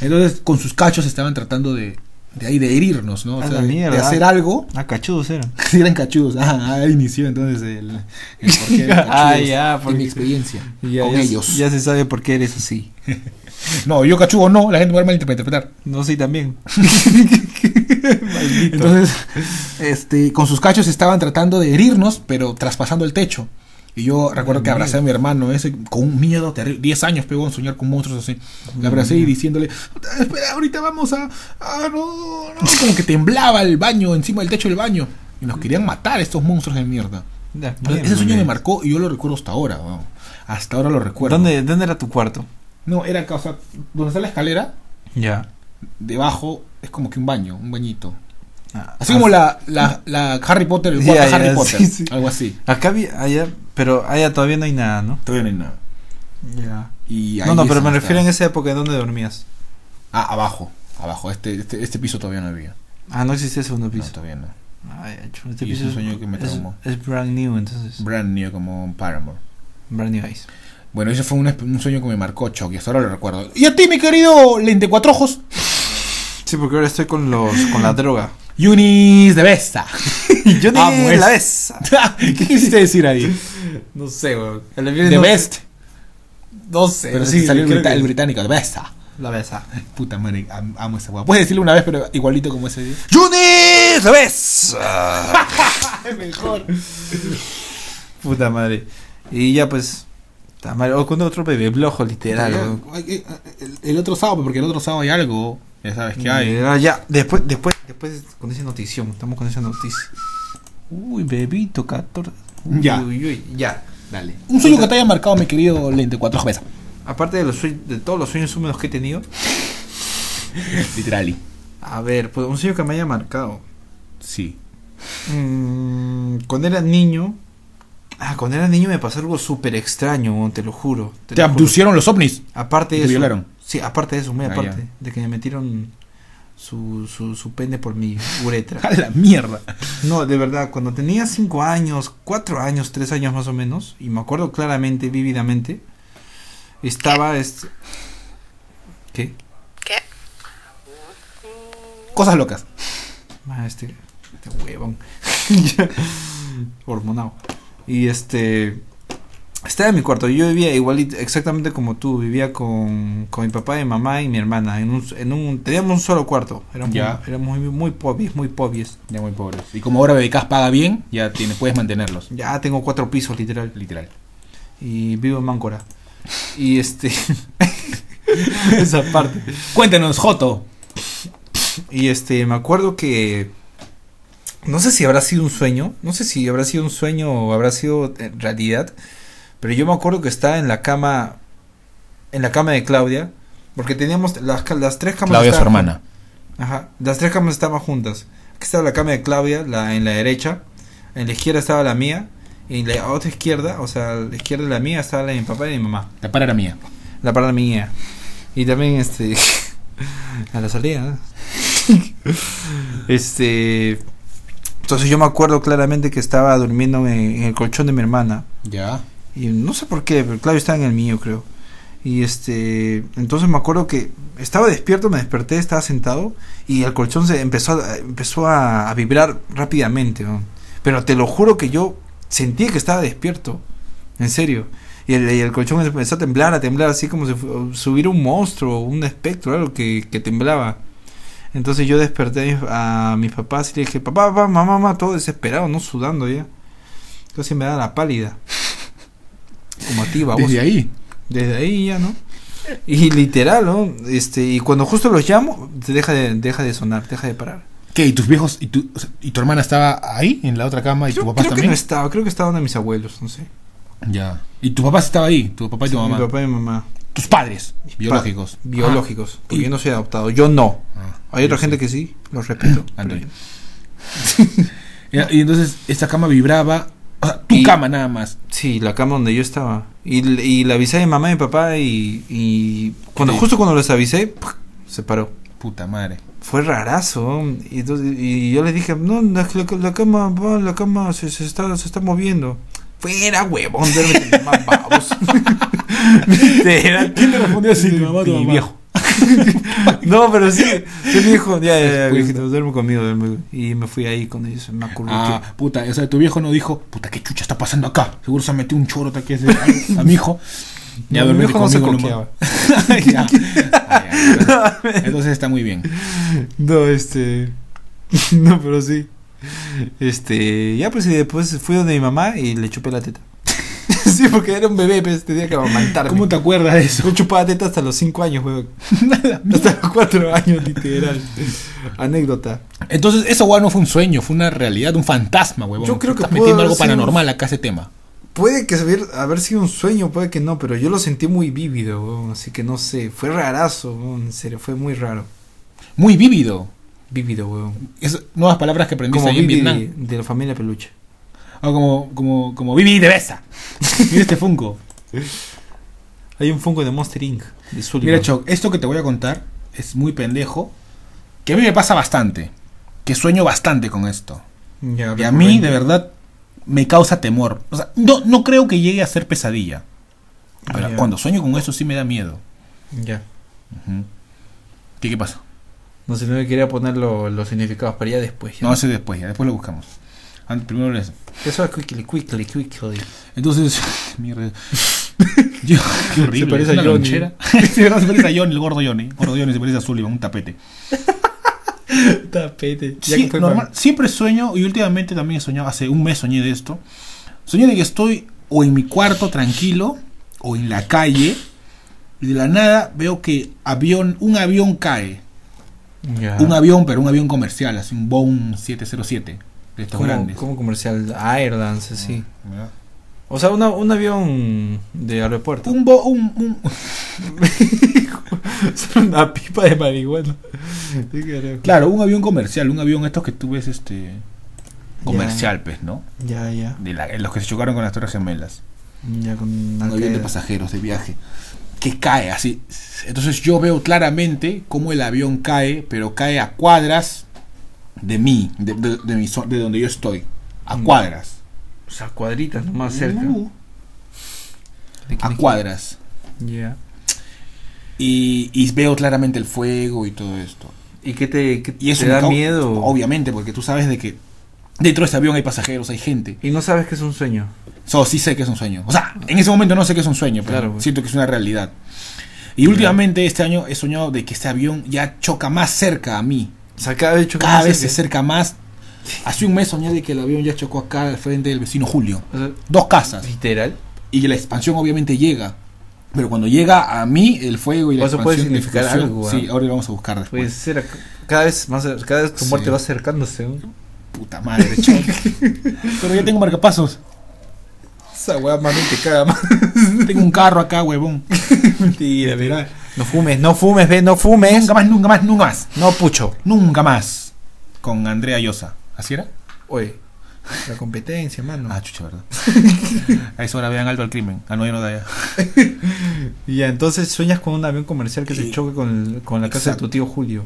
Speaker 4: Entonces, con sus cachos estaban tratando de, de ahí, de herirnos, ¿no? O
Speaker 3: A
Speaker 4: sea,
Speaker 3: la
Speaker 4: de-
Speaker 3: mierda.
Speaker 4: de hacer algo.
Speaker 3: Ah, cachudos eran.
Speaker 4: Si eran cachudos. Ah, ahí inició entonces el, el porqué de cachudos
Speaker 3: Ah, ya,
Speaker 4: y
Speaker 3: porque-
Speaker 4: mi experiencia
Speaker 3: Ya,
Speaker 4: con
Speaker 3: ya-
Speaker 4: ellos.
Speaker 3: Ya se sabe por qué eres así.
Speaker 4: No, yo cachudo no, la gente me va a malinterpretar.
Speaker 3: No, sí, también.
Speaker 4: Entonces, este, con sus cachos estaban tratando de herirnos, pero traspasando el techo. Y yo recuerdo que abracé a mi hermano ese con un miedo terrible. 10 años pegó en soñar con monstruos así. Le abracé y diciéndole, "Ah, espera, ahorita vamos a... ah, no, no", Como que temblaba el baño, encima del techo del baño. Y nos querían matar estos monstruos de mierda.
Speaker 3: Ya,
Speaker 4: Entonces,
Speaker 3: mierda,
Speaker 4: ese sueño me
Speaker 3: men.
Speaker 4: marcó y yo lo recuerdo hasta ahora. weón. Hasta ahora lo recuerdo.
Speaker 3: ¿Dónde, ¿Dónde era tu cuarto?
Speaker 4: No, era acá, o sea, donde está la escalera,
Speaker 3: Ya.
Speaker 4: debajo es como que un baño, un bañito.
Speaker 3: Ah,
Speaker 4: Así como la, la, la Harry Potter, el
Speaker 3: Ya,
Speaker 4: cuarto
Speaker 3: ya,
Speaker 4: Harry
Speaker 3: sí,
Speaker 4: Potter.
Speaker 3: sí.
Speaker 4: Algo así.
Speaker 3: Acá había, allá, pero allá todavía no hay nada, ¿no?
Speaker 4: Todavía no hay nada.
Speaker 3: Ya.
Speaker 4: Y ahí
Speaker 3: No, no,
Speaker 4: es
Speaker 3: pero me
Speaker 4: donde
Speaker 3: refiero en
Speaker 4: estaba.
Speaker 3: esa época en donde dormías.
Speaker 4: Ah, abajo. Abajo. Este, este, este piso todavía no había.
Speaker 3: Ah, no existía segundo
Speaker 4: No,
Speaker 3: piso.
Speaker 4: todavía no.
Speaker 3: Ay, chu, este
Speaker 4: Y
Speaker 3: piso
Speaker 4: es un sueño que me
Speaker 3: es,
Speaker 4: traumó.
Speaker 3: es brand new, entonces.
Speaker 4: Brand new como un Paramore.
Speaker 3: Brand new eyes.
Speaker 4: Bueno, ese fue un, esp- un sueño que me marcó Choc y hasta ahora lo recuerdo. Y a ti, mi querido lente cuatro ojos.
Speaker 3: Sí, porque ahora estoy con los con la droga.
Speaker 4: Yunis de Besta.
Speaker 3: Yo
Speaker 4: Ah, pues.
Speaker 3: la vez.
Speaker 4: ¿Qué quisiste decir ahí?
Speaker 3: No sé, weón.
Speaker 4: The Best.
Speaker 3: No sé.
Speaker 4: Pero sí, salió el,
Speaker 3: creo
Speaker 4: brita-
Speaker 3: que-
Speaker 4: el británico, The Besta.
Speaker 3: La besa.
Speaker 4: Puta madre, am- amo esa hueá. Puedes decirlo una vez, pero igualito como ese día.
Speaker 3: ¡Junis! ¡La vez! Puta madre. Y ya pues. Está mal. O con otro bebé blojo, literal. weón.
Speaker 4: Ay, ay, el- El otro sábado, porque el otro sábado hay algo. Ya sabes que hay.
Speaker 3: Ah, ya, después, después, después con esa notición, estamos con esa noticia. Uy, bebito, 14.
Speaker 4: Ya.
Speaker 3: Uy, uy, ya. Dale.
Speaker 4: Un sueño que te haya marcado, mi querido lente, cuatro cabezas.
Speaker 3: Aparte de, los sue- de todos los sueños húmedos que he tenido.
Speaker 4: Literal.
Speaker 3: A ver, pues un sueño que me haya marcado.
Speaker 4: Sí.
Speaker 3: Mm, cuando era niño. Ah, cuando era niño me pasó algo súper extraño, weón, te lo juro.
Speaker 4: Te
Speaker 3: lo juro.
Speaker 4: abducieron los ovnis.
Speaker 3: Aparte
Speaker 4: y
Speaker 3: de
Speaker 4: te
Speaker 3: eso.
Speaker 4: violaron.
Speaker 3: Sí, aparte de eso, muy
Speaker 4: Ah,
Speaker 3: aparte.
Speaker 4: ya.
Speaker 3: de que me metieron su, su, su pene por mi uretra.
Speaker 4: A la mierda.
Speaker 3: No, de verdad, cuando tenía 5 años, 4 años, 3 años más o menos, y me acuerdo claramente, vívidamente, estaba... este- ¿Qué?
Speaker 7: ¿Qué?
Speaker 4: Cosas locas.
Speaker 3: Ah, este, este huevón. Ya, Hormonado. Y este... Estaba en mi cuarto, yo vivía igual, exactamente como tú, vivía con, con mi papá y mamá y mi hermana, en un, en un- teníamos un solo cuarto, éramos,
Speaker 4: Ya.
Speaker 3: éramos muy, muy pobres, muy pobres.
Speaker 4: Ya muy pobres. Y como ahora Bebecas paga bien, ya tienes, puedes mantenerlos.
Speaker 3: Ya tengo cuatro pisos, literal.
Speaker 4: Literal.
Speaker 3: y vivo en Máncora. Y este. esa parte.
Speaker 4: Cuéntanos, Joto.
Speaker 3: Y este, me acuerdo que. No sé si habrá sido un sueño, no sé si habrá sido un sueño o habrá sido eh, realidad, pero yo me acuerdo que estaba en la cama, en la cama de Claudia, porque teníamos las, ca- las tres camas.
Speaker 4: Claudia, su
Speaker 3: estaban-
Speaker 4: hermana.
Speaker 3: Ajá, las tres camas estaban juntas. Aquí estaba la cama de Claudia, la, en la derecha. En la izquierda estaba la mía. Y en la otra izquierda, o sea, la izquierda de la mía estaba la de mi papá y de mi mamá.
Speaker 4: La para era mía.
Speaker 3: La parada mía. Y también este. a la salida. ¿no? este. Entonces yo me acuerdo claramente que estaba durmiendo en, en el colchón de mi hermana.
Speaker 4: Ya.
Speaker 3: Y no sé por qué, pero claro, estaba en el mío, creo. Y este. Entonces me acuerdo que estaba despierto, me desperté, estaba sentado. Y el colchón se empezó a, empezó a, a vibrar rápidamente. ¿no? Pero te lo juro que yo sentía que estaba despierto. En serio. Y el, y el colchón empezó a temblar, a temblar, así como si fu- subiera un monstruo, un espectro, algo que, que temblaba. Entonces yo desperté a mis papás y le dije, papá, papá, mamá, mamá, todo desesperado, no sudando ya. Entonces me da la pálida. Como a ti, baboso.
Speaker 4: Desde ahí.
Speaker 3: Desde ahí ya, ¿no? Y literal, ¿no? Este, y cuando justo los llamo, te deja de, deja de sonar, deja de parar.
Speaker 4: ¿Qué? ¿Y tus viejos? ¿Y tu, o sea, y tu hermana estaba ahí, en la otra cama? ¿Y
Speaker 3: Creo,
Speaker 4: tu papá
Speaker 3: creo que
Speaker 4: también?
Speaker 3: no estaba, creo que estaba uno de mis abuelos, no sé.
Speaker 4: Ya. ¿Y tu papá estaba ahí? ¿Tu papá y tu mamá?
Speaker 3: Mi papá y mi mamá.
Speaker 4: Tus padres. Biológicos.
Speaker 3: Pa- biológicos. Porque yo no soy adoptado. Yo no.
Speaker 4: Ah.
Speaker 3: Hay otra gente que sí, los respeto.
Speaker 4: Antonio. Ya, Y entonces esta cama vibraba. O sea, tu
Speaker 3: Y-
Speaker 4: cama nada más.
Speaker 3: Sí, la cama donde yo estaba. Y, l- y la avisé a mi mamá y mi papá y, y cuando
Speaker 4: Sí.
Speaker 3: justo cuando les avisé, ¡puc! se paró.
Speaker 4: Puta madre.
Speaker 3: Fue rarazo. Y, entonces- y yo les dije, no, la, la- la cama, va, la cama se, se está, se está moviendo. Fuera, huevón, duérmete, mamá, baboso. Literal.
Speaker 4: ¿Quién te respondió así? ¿Tu mamá o tu
Speaker 3: Mi
Speaker 4: papá?
Speaker 3: viejo. no, pero sí. Yo me dijo, ya, ya, ya,
Speaker 4: Respuesta.
Speaker 3: viejito, duerme conmigo. duerme. Y me fui ahí con ellos. Me acurruqué.
Speaker 4: Ah, puta, o sea, tu viejo no dijo, puta, qué chucha está pasando acá. Seguro se metió un choro que ese a mi hijo. Ya
Speaker 3: No, mi
Speaker 4: duérmete
Speaker 3: viejo no se
Speaker 4: conmigo,
Speaker 3: coqueaba.
Speaker 4: nomás. Ya. Ah, ya, ya. Entonces está muy bien.
Speaker 3: No, este. No, pero sí. Este. Ya, pues, y después fui donde mi mamá y le chupé la teta. sí, porque era un bebé, pues tenía que amamantarme.
Speaker 4: ¿Cómo te acuerdas de eso?
Speaker 3: Yo chupaba teta hasta los 5 años, weón. hasta los 4 años, literal. Anécdota.
Speaker 4: Entonces, eso weón, no fue un sueño, fue una realidad, un fantasma, huevón.
Speaker 3: Yo creo que
Speaker 4: Estás
Speaker 3: pudo
Speaker 4: metiendo
Speaker 3: haber
Speaker 4: algo
Speaker 3: sido-
Speaker 4: paranormal acá a ese tema.
Speaker 3: Puede que haber, haber sido un sueño, puede que no, pero yo lo sentí muy vívido, weón. Así que no sé. Fue rarazo, weón. En serio, fue muy raro.
Speaker 4: Muy vívido.
Speaker 3: Vívido, weón.
Speaker 4: Es- nuevas palabras que aprendiste
Speaker 3: Como
Speaker 4: ahí en
Speaker 3: Vivi de,
Speaker 4: Vietnam.
Speaker 3: de la familia Peluche.
Speaker 4: Ah, como, como, como Vivi de Besa. Mira este Funko.
Speaker 3: Hay un fungo de Monster Inc. de Sullivan.
Speaker 4: Mira, Choc, esto que te voy a contar es muy pendejo. Que a mí me pasa bastante. Que sueño bastante con esto.
Speaker 3: Ya,
Speaker 4: Y a mí,
Speaker 3: recurrente.
Speaker 4: de verdad, me causa temor. O sea, no, no creo que llegue a ser pesadilla. Pero
Speaker 3: Ya.
Speaker 4: cuando sueño con eso sí me da miedo.
Speaker 3: Ya.
Speaker 4: ¿Qué, qué pasa?
Speaker 3: No sé, no me quería poner lo- los significados, pero ya después. ya.
Speaker 4: No, eso es después, ya. Después lo buscamos. Antes, primero les...
Speaker 3: Eso es quickly, quickly, quickly.
Speaker 4: Entonces, mierda. Yo, qué horrible.
Speaker 3: Se parece
Speaker 4: es una
Speaker 3: a Johnny.
Speaker 4: lonchera. Sí, ¿verdad? se parece a Johnny, el gordo Johnny. El gordo Johnny se parece a Sullivan, un tapete.
Speaker 3: Tapete.
Speaker 4: Sí, normal, siempre sueño, y últimamente también he soñado, hace un mes soñé de esto. Soñé de que estoy o en mi cuarto tranquilo, o en la calle y de la nada veo que avión, un avión cae.
Speaker 3: Ya.
Speaker 4: Un avión, pero un avión comercial, así un Boeing 707 de estos
Speaker 3: como,
Speaker 4: grandes.
Speaker 3: como comercial Airlines, así.
Speaker 4: ¿verdad?
Speaker 3: O sea, una- un avión de aeropuerto.
Speaker 4: Un, bo- un, un-
Speaker 3: una pipa de marihuana.
Speaker 4: claro, un avión comercial, un avión estos que tú ves este comercial, pues, ¿no?
Speaker 3: Ya, ya.
Speaker 4: De la- los que se chocaron con las Torres Gemelas.
Speaker 3: Ya con
Speaker 4: un avión de
Speaker 3: Al-Qaeda.
Speaker 4: pasajeros de viaje que cae así. Entonces yo veo claramente cómo el avión cae, pero cae a cuadras de mí, de, de- de mi zo- de donde yo estoy, a
Speaker 3: Mm.
Speaker 4: cuadras,
Speaker 3: O sea, cuadritas nomás cerca.
Speaker 4: No, a cuadras.
Speaker 3: Ya.
Speaker 4: Y, y veo claramente el fuego y todo esto.
Speaker 3: ¿Y qué te, qué
Speaker 4: Y eso
Speaker 3: te
Speaker 4: me
Speaker 3: da
Speaker 4: cau-
Speaker 3: miedo?
Speaker 4: Obviamente, porque tú sabes de que dentro de este avión hay pasajeros, hay gente.
Speaker 3: Y no sabes que es un sueño.
Speaker 4: So, sí sé que es un sueño. O sea, en ese momento no sé que es un sueño, pero
Speaker 3: Claro, güey.
Speaker 4: siento que es una realidad. Y últimamente este año he soñado de que este avión ya choca más cerca a mí.
Speaker 3: O sea, cada vez chocas
Speaker 4: Cada
Speaker 3: más
Speaker 4: vez se
Speaker 3: cerca.
Speaker 4: acerca más. Hace un mes soñé de que el avión ya chocó acá al frente del vecino Julio.
Speaker 3: O sea,
Speaker 4: Dos casas.
Speaker 3: literal.
Speaker 4: Y la expansión obviamente llega. Pero cuando llega a mí, el fuego y la
Speaker 3: O Pues eso
Speaker 4: expansión...
Speaker 3: puede
Speaker 4: la
Speaker 3: significar
Speaker 4: explosión-
Speaker 3: algo, ¿ah? Pues.
Speaker 4: Sí, ahora lo vamos a buscar después.
Speaker 3: Puede ser ac- cada vez más cer- cada vez tu
Speaker 4: Sí.
Speaker 3: muerte va acercándose. ¿no?
Speaker 4: Puta madre, choc. Pero ya tengo marcapasos.
Speaker 3: Esa weá mami te caga más.
Speaker 4: Tengo un carro acá, huevón.
Speaker 3: Mentira, mira. No fumes, no fumes, ve, no fumes.
Speaker 4: Nunca más, nunca más, nunca más.
Speaker 3: No pucho.
Speaker 4: Nunca más. Con Andrea Llosa. ¿Así era?
Speaker 3: Oye, la competencia, mano.
Speaker 4: Ah, chucha, ¿verdad? A eso ahora vean alto al crimen. Ah, no, ya no da ya.
Speaker 3: Y ya, entonces sueñas con un avión comercial que se
Speaker 4: Y-
Speaker 3: choque con, el- con la casa
Speaker 4: Exacto.
Speaker 3: de tu tío Julio.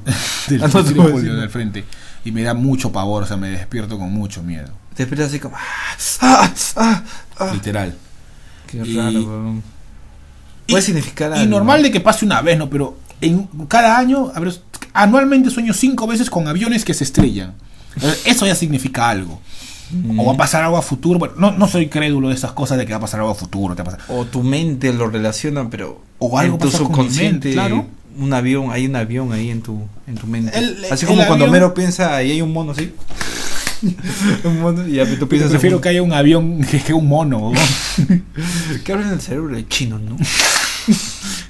Speaker 4: Del
Speaker 3: Ah, no, sí,
Speaker 4: Julio
Speaker 3: sí,
Speaker 4: Julio
Speaker 3: sí.
Speaker 4: del frente. Y me da mucho pavor, o sea, me despierto con mucho miedo.
Speaker 3: Te despiertas así como. ¡Ah! ¡Ah! ¡Ah!
Speaker 4: Literal.
Speaker 3: Qué
Speaker 4: Y-
Speaker 3: raro, weón. Puede
Speaker 4: y-
Speaker 3: significar algo.
Speaker 4: Y normal de que pase una vez, ¿no? Pero en cada año, a ver, anualmente sueño cinco veces con aviones que se estrellan. Entonces, Eso ya significa algo. O va a pasar algo a futuro. Bueno, no, no soy crédulo de esas cosas de que va a pasar algo a futuro. Te va a pasar-
Speaker 3: O tu mente lo relaciona, pero.
Speaker 4: O algo
Speaker 3: en tu
Speaker 4: pasa con mi
Speaker 3: subconsciente.
Speaker 4: mente, claro.
Speaker 3: Un avión, hay un avión ahí en tu, en tu mente.
Speaker 4: El-
Speaker 3: así
Speaker 4: el
Speaker 3: como cuando
Speaker 4: avión-
Speaker 3: Homero piensa, ahí hay un mono así. un mono, y a mí tú piensas.
Speaker 4: Prefiero
Speaker 3: un-
Speaker 4: que haya un avión que, que un mono. ¿no?
Speaker 3: ¿Qué habla en el cerebro del chino, no?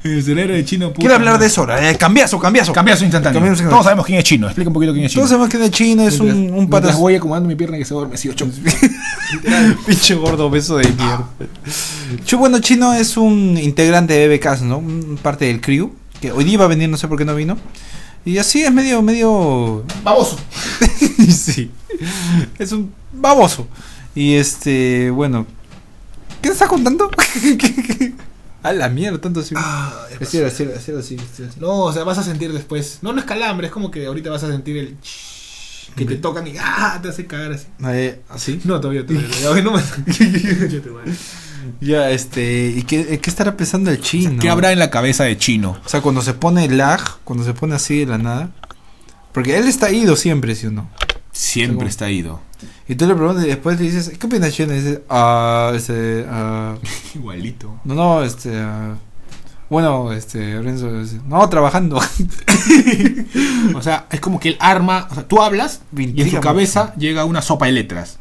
Speaker 4: El cerebro de chino. puta
Speaker 3: Quiero hablar
Speaker 4: madre.
Speaker 3: de eso ahora. Eh, cambiazo, cambiazo.
Speaker 4: Cambiazo instantáneo.
Speaker 3: Cambiazo instantáneo.
Speaker 4: Todos sabemos quién es chino. Explica un poquito quién es chino.
Speaker 3: Todos sabemos que de chino es un, un pata.
Speaker 4: Mientras voy acomodando mi pierna que se duerme así ocho.
Speaker 3: Pinche gordo beso de mierda. Yo, bueno, Chino es un integrante de BBKs, ¿no? Un parte del crew. Que hoy día iba a venir, no sé por qué no vino. Y así es medio, medio.
Speaker 4: Baboso.
Speaker 3: sí. Es un baboso. Y este, bueno. ¿Qué te estás contando? A la mierda, tanto así. Así era, así era, así era, así, así era, así.
Speaker 4: No, o sea, vas a sentir después. No, no es calambre, es como que ahorita vas a sentir el ch- que te tocan y ah, te hace cagar así.
Speaker 3: Eh, así.
Speaker 4: No, todavía, todavía. todavía, no me- Yo te voy a-
Speaker 3: Ya, este. ¿Y qué, qué estará pensando el chino?
Speaker 4: ¿Qué habrá en la cabeza de chino?
Speaker 3: O sea, cuando se pone lag, cuando se pone así de la nada. Porque él está ido siempre, ¿sí o no?
Speaker 4: Siempre
Speaker 3: Según-
Speaker 4: está ido.
Speaker 3: Y tú le preguntas y después le dices, ¿qué opinas, Chino? Y dices, ah, este, ah,
Speaker 4: Igualito.
Speaker 3: no, no, este, ah, bueno, este, Renzo, dice, no, trabajando.
Speaker 4: O sea, es como que él arma. O sea, tú hablas y en
Speaker 3: Mentira,
Speaker 4: su cabeza llega una sopa de letras.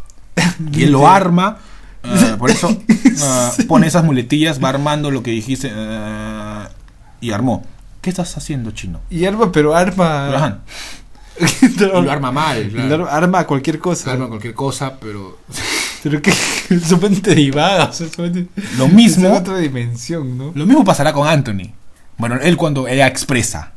Speaker 4: Y él lo
Speaker 3: Mentira.
Speaker 4: arma. ah, por eso ah, pone esas muletillas, va armando lo que dijiste ah, y armó. ¿Qué estás haciendo, chino?
Speaker 3: Y arma, pero arma.
Speaker 4: Ajá. Y lo arma mal.
Speaker 3: Y lo
Speaker 4: Claro.
Speaker 3: ar- arma cualquier cosa.
Speaker 4: Arma cualquier cosa, pero
Speaker 3: Pero que solamente divaga, o sea, solamente-
Speaker 4: Lo
Speaker 3: Es
Speaker 4: mismo,
Speaker 3: en otra dimensión, ¿no?
Speaker 4: lo mismo pasará con Anthony. Bueno, él cuando ella expresa.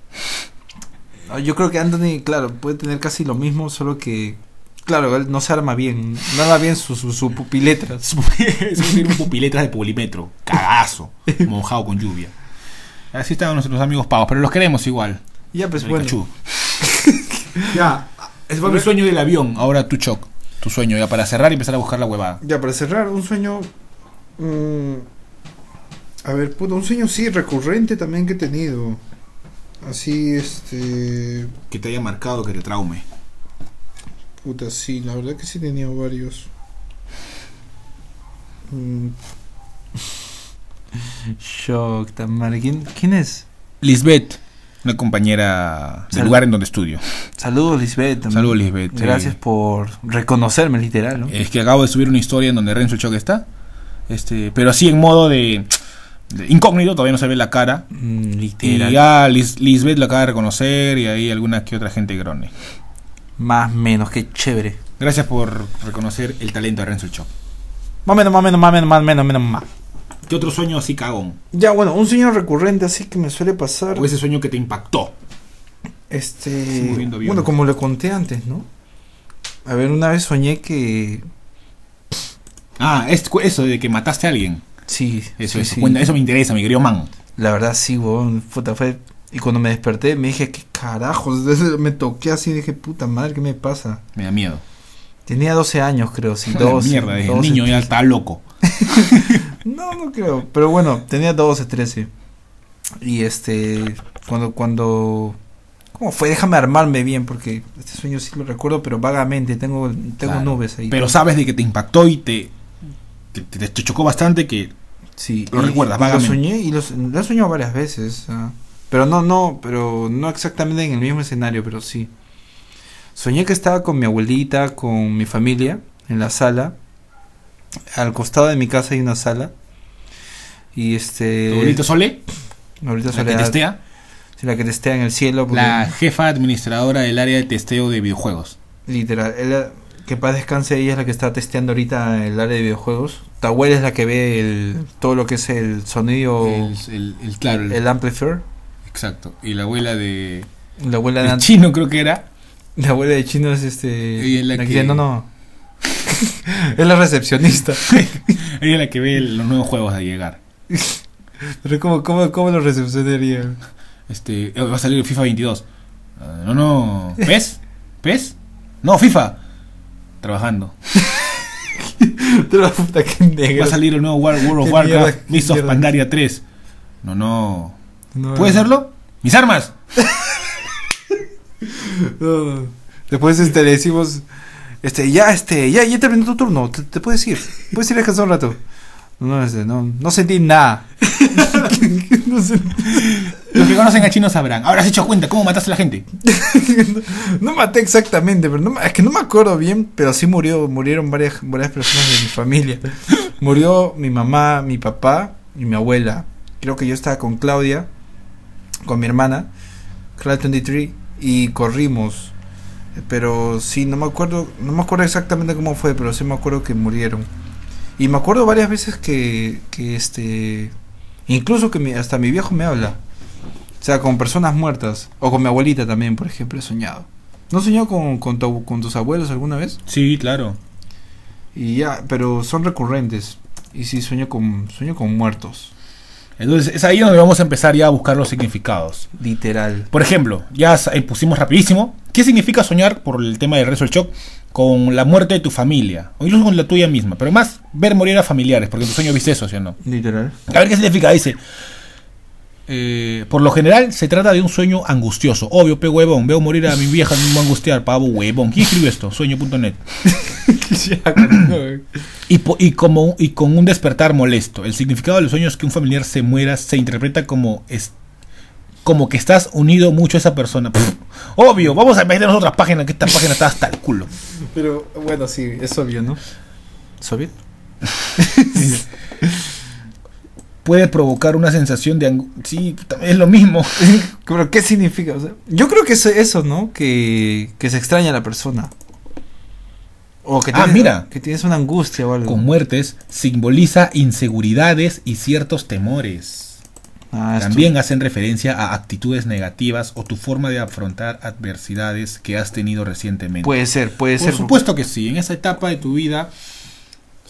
Speaker 3: Ah, Yo creo que Anthony, claro, puede tener casi lo mismo, solo que, claro, él no se arma bien, no arma bien su, su, su pupiletra.
Speaker 4: es un pupiletras de polimetro. Cagazo. Mojado con lluvia. Así están nuestros amigos pavos, pero los queremos igual.
Speaker 3: Ya, pues bueno.
Speaker 4: Pikachu. ya. Ese fue mi sueño del avión. Ahora tu choc. Tu sueño, ya para cerrar y empezar a buscar la huevada.
Speaker 3: Ya, para cerrar, un sueño. mm, a ver, puta, un sueño sí recurrente también que he tenido. Así, este.
Speaker 4: Que te haya marcado, que te traume.
Speaker 3: Puta, sí, la verdad que sí he tenido varios. Mm. Shock, Tamar. ¿Quién, quién es?
Speaker 4: Lisbeth, una compañera del
Speaker 3: Sal-
Speaker 4: lugar en donde estudio.
Speaker 3: Saludos, Lisbeth. también.
Speaker 4: Saludos, Lisbeth, sí. Eh,
Speaker 3: Gracias por reconocerme, literal. ¿no?
Speaker 4: Es que acabo de subir una historia en donde Renzo el Choque está. Este, pero así en modo de. Incógnito, todavía no se ve la cara.
Speaker 3: Mm,
Speaker 4: Y
Speaker 3: Literal.
Speaker 4: ya Lis- Lisbeth lo acaba de reconocer y ahí alguna que otra gente grone.
Speaker 3: Más menos, qué chévere.
Speaker 4: Gracias por reconocer el talento de Renzo el Chop.
Speaker 3: Más menos, más menos, más menos, más menos, menos, más.
Speaker 4: ¿Qué otro sueño así cagón?
Speaker 3: Ya, bueno, un sueño recurrente así que me suele pasar.
Speaker 4: O ese sueño que te impactó.
Speaker 3: Este.
Speaker 4: moviendo aviones.
Speaker 3: Bueno, como lo conté antes, ¿no? A ver, una vez soñé que.
Speaker 4: Ah, es, cu- eso de que mataste a alguien.
Speaker 3: Sí,
Speaker 4: Eso,
Speaker 3: sí,
Speaker 4: eso,
Speaker 3: sí.
Speaker 4: cuenta, eso me interesa, mi querido man.
Speaker 3: La verdad, sí, weón. Puta, fue. Y cuando me desperté, me dije, ¿qué carajos? Me toqué así y dije, puta madre, ¿qué me pasa?
Speaker 4: Me da miedo.
Speaker 3: Tenía 12 años, creo, sí,
Speaker 4: Una
Speaker 3: 12.
Speaker 4: mierda, desde
Speaker 3: 12,
Speaker 4: niño ya estaba loco.
Speaker 3: No, no creo. Pero bueno, tenía 12, 13. Y este. Cuando. cuando ¿Cómo fue? Déjame armarme bien, porque este sueño sí lo recuerdo, pero vagamente. Tengo, tengo
Speaker 4: Claro.
Speaker 3: nubes ahí.
Speaker 4: Pero sabes de que te impactó y te, te, te- te chocó bastante que...
Speaker 3: Sí.
Speaker 4: Lo
Speaker 3: y-
Speaker 4: recuerdas
Speaker 3: y Lo
Speaker 4: vagamente.
Speaker 3: soñé y lo, lo he soñado varias veces. ah. Pero no, no, pero no exactamente en el mismo escenario, pero sí. Soñé que estaba con mi abuelita, con mi familia, en la sala. Al costado de mi casa hay una sala. Y este.
Speaker 4: Tu abuelita Sole,
Speaker 3: Ahorita
Speaker 4: la que
Speaker 3: Soledad,
Speaker 4: testea,
Speaker 3: sí, la que testea en el cielo. porque-
Speaker 4: la jefa administradora del área de testeo de videojuegos.
Speaker 3: Literal. ella- que paz descanse, ella es la que está testeando ahorita el área de videojuegos. Tu abuela es la que ve el, todo lo que es el sonido,
Speaker 4: El,
Speaker 3: el,
Speaker 4: el- el- claro, el-
Speaker 3: amplifier.
Speaker 4: exacto. Y la abuela de...
Speaker 3: La abuela de
Speaker 4: de
Speaker 3: Ant-
Speaker 4: chino creo que era.
Speaker 3: La abuela de chino es este.
Speaker 4: Ella es la
Speaker 3: que
Speaker 4: que-
Speaker 3: dice, No, no. es la recepcionista.
Speaker 4: Ella es la que ve los nuevos juegos de llegar.
Speaker 3: Pero ¿cómo, cómo, cómo lo recepcionaría?
Speaker 4: Este, eh, va a salir el FIFA 22. Ah, no, no. ¿Pes? ¿Pes? No, FIFA. Trabajando.
Speaker 3: Te la puta que negro.
Speaker 4: Va a salir el nuevo War- World of
Speaker 3: Qué mierda,
Speaker 4: Warcraft,
Speaker 3: qué
Speaker 4: Miss of
Speaker 3: mierda. Ah.
Speaker 4: Pandaria 3. No, no.
Speaker 3: No,
Speaker 4: ¿Puede
Speaker 3: no.
Speaker 4: serlo? ¡Mis armas!
Speaker 3: No, no. Después este, le decimos. Este, ya, este, ya, ya terminó tu turno. Te, te puedes ir. Puedes ir a descansar un rato. No, este, no, no sentí nada. no, sentí-
Speaker 4: Los que conocen a Chino sabrán. Ahora has hecho cuenta cómo mataste a la gente.
Speaker 3: no maté exactamente, pero no me- es que no me acuerdo bien, pero sí murió, murieron varias, varias personas de mi familia. Murió mi mamá, mi papá y mi abuela. Creo que yo estaba con Claudia, con mi hermana, Claudia 23, y corrimos. Pero sí, no me acuerdo, no me acuerdo exactamente cómo fue, pero sí me acuerdo que murieron. Y me acuerdo varias veces que, que este, incluso que mi- hasta mi viejo me habla. O sea, con personas muertas. O con mi abuelita también, por ejemplo, he soñado. ¿No he soñado con, con, tu- con tus abuelos alguna vez?
Speaker 4: Sí, claro.
Speaker 3: Y ya, pero son recurrentes. Y sí, sueño con, sueño con muertos.
Speaker 4: Entonces es ahí donde vamos a empezar ya a buscar los significados.
Speaker 3: Literal.
Speaker 4: Por ejemplo, ya sa- eh, pusimos rapidísimo. ¿Qué significa soñar por el tema del resto del shock con la muerte de tu familia? O incluso con la tuya misma. Pero más, ver morir a familiares, porque en tu sueño viste eso, ¿sí o no?
Speaker 3: Literal.
Speaker 4: A ver qué significa, dice. eh, por lo general se trata de un sueño angustioso. Obvio, pe huevón, veo morir a mi vieja, me voy a angustiar, pavo huevón. ¿Quién escribió esto? Sueño.net. Y, po- y, como, y con un despertar molesto. El significado de los sueños que un familiar se muera se interpreta como, es, como que estás unido mucho a esa persona. Pff, obvio, vamos a meternos a otra página, que esta página está hasta el culo.
Speaker 3: Pero bueno, sí, es obvio, ¿no? ¿Es obvio?
Speaker 4: Puede provocar una sensación de angustia. Sí, puta, es lo mismo.
Speaker 3: Pero ¿qué significa? O sea, yo creo que es eso, ¿no? Que, que se extraña a la persona. O que
Speaker 4: Ah, mira.
Speaker 3: Que tienes una angustia o algo.
Speaker 4: Con muertes simboliza inseguridades y ciertos temores.
Speaker 3: Ah, esto-
Speaker 4: También hacen referencia a actitudes negativas o tu forma de afrontar adversidades que has tenido recientemente.
Speaker 3: Puede ser, puede
Speaker 4: Por
Speaker 3: ser.
Speaker 4: supuesto que sí, en esa etapa de tu vida,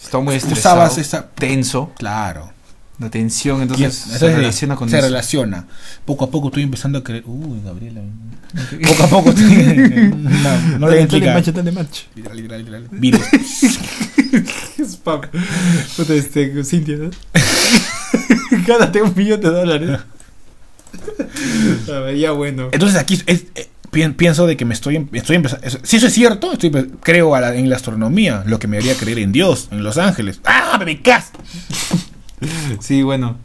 Speaker 3: Está muy estresado.
Speaker 4: usabas esa-
Speaker 3: Tenso.
Speaker 4: claro.
Speaker 3: La tensión, entonces
Speaker 4: Y es-
Speaker 3: se relaciona con
Speaker 4: se
Speaker 3: eso.
Speaker 4: relaciona. Poco a poco estoy empezando a creer. Uy, Gabriela. Poco a poco. estoy- no, no le den clic a- Literal, literal, literal. Virus.
Speaker 3: Spam. Puta, este, Cintia. ¿no? Gánate un millón de dólares. A ver, ya bueno.
Speaker 4: Entonces aquí es- eh, pien- pienso de que me estoy, em- estoy empezando. eso- Si eso es cierto, estoy pe- creo a la- en la astronomía, lo que me debería creer en Dios, en los ángeles. ¡Ah, bebé cast!
Speaker 3: Sí, bueno.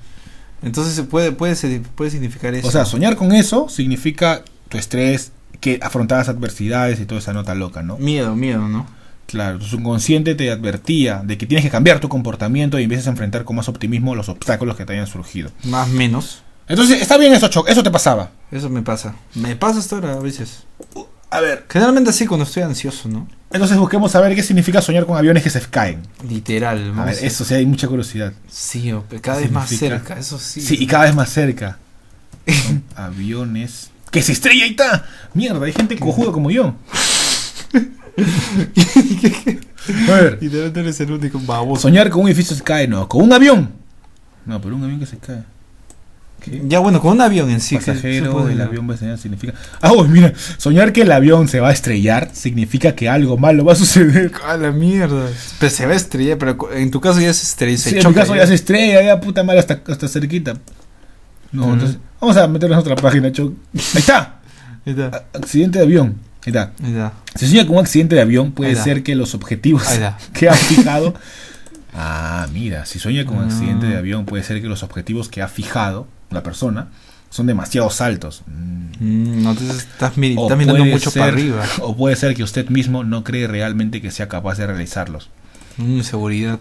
Speaker 3: Entonces se puede, puede, ser- puede significar eso.
Speaker 4: O sea, soñar con eso significa tu estrés, que afrontabas adversidades y toda esa nota loca, ¿no?
Speaker 3: miedo, miedo, ¿no?
Speaker 4: Claro, tu subconsciente te advertía de que tienes que cambiar tu comportamiento y empiezas a enfrentar con más optimismo los obstáculos que te hayan surgido.
Speaker 3: Más o menos.
Speaker 4: Entonces, está bien eso, Choc, eso te pasaba.
Speaker 3: Eso me pasa. Me pasa hasta ahora a veces.
Speaker 4: A ver.
Speaker 3: Generalmente así cuando estoy ansioso, ¿no?
Speaker 4: Entonces busquemos saber qué significa soñar con aviones que se caen.
Speaker 3: Literal.
Speaker 4: A
Speaker 3: vamos
Speaker 4: ver, eso sí, hay mucha curiosidad.
Speaker 3: Sí, o- cada vez más
Speaker 4: Significa-
Speaker 3: cerca, eso sí.
Speaker 4: Sí, y cada vez más cerca. Son aviones. ¡Que se estrella ahí está! Mierda, hay gente cojuda como yo. A ver.
Speaker 3: Literalmente eres el único baboso.
Speaker 4: Soñar con un edificio se cae, no, con un avión. No, pero un avión que se cae. ¿Qué?
Speaker 3: Ya bueno, con un avión en sí. que- se
Speaker 4: Pasajero,
Speaker 3: puede-
Speaker 4: el avión va a estrellar significa. Ah, uy, mira, soñar que el avión se va a estrellar significa que algo malo va a suceder.
Speaker 3: A la mierda. Pero se va a estrellar, pero co- en tu caso ya se estrella.
Speaker 4: Sí,
Speaker 3: Se
Speaker 4: en mi
Speaker 3: choca.
Speaker 4: caso ya se estrella, ya puta madre, hasta, hasta cerquita. No,
Speaker 3: Ujú.
Speaker 4: entonces, vamos a meternos en otra página, Choc. Ahí está,
Speaker 3: Ahí está,
Speaker 4: a- accidente de avión. Ahí está.
Speaker 3: ahí está.
Speaker 4: Si sueña con un accidente de avión, puede
Speaker 3: Ahí da.
Speaker 4: ser que los objetivos
Speaker 3: Ahí da.
Speaker 4: que ha fijado. Ah, mira, si sueña con un
Speaker 3: Ah.
Speaker 4: accidente de avión, puede ser que los objetivos que ha fijado la persona son demasiado altos. Mm.
Speaker 3: Mm, no, entonces estás, miri-
Speaker 4: O
Speaker 3: estás mirando
Speaker 4: puede
Speaker 3: mucho para
Speaker 4: ser-
Speaker 3: arriba.
Speaker 4: O puede ser que usted mismo no cree realmente que sea capaz de realizarlos.
Speaker 3: Mm, seguridad.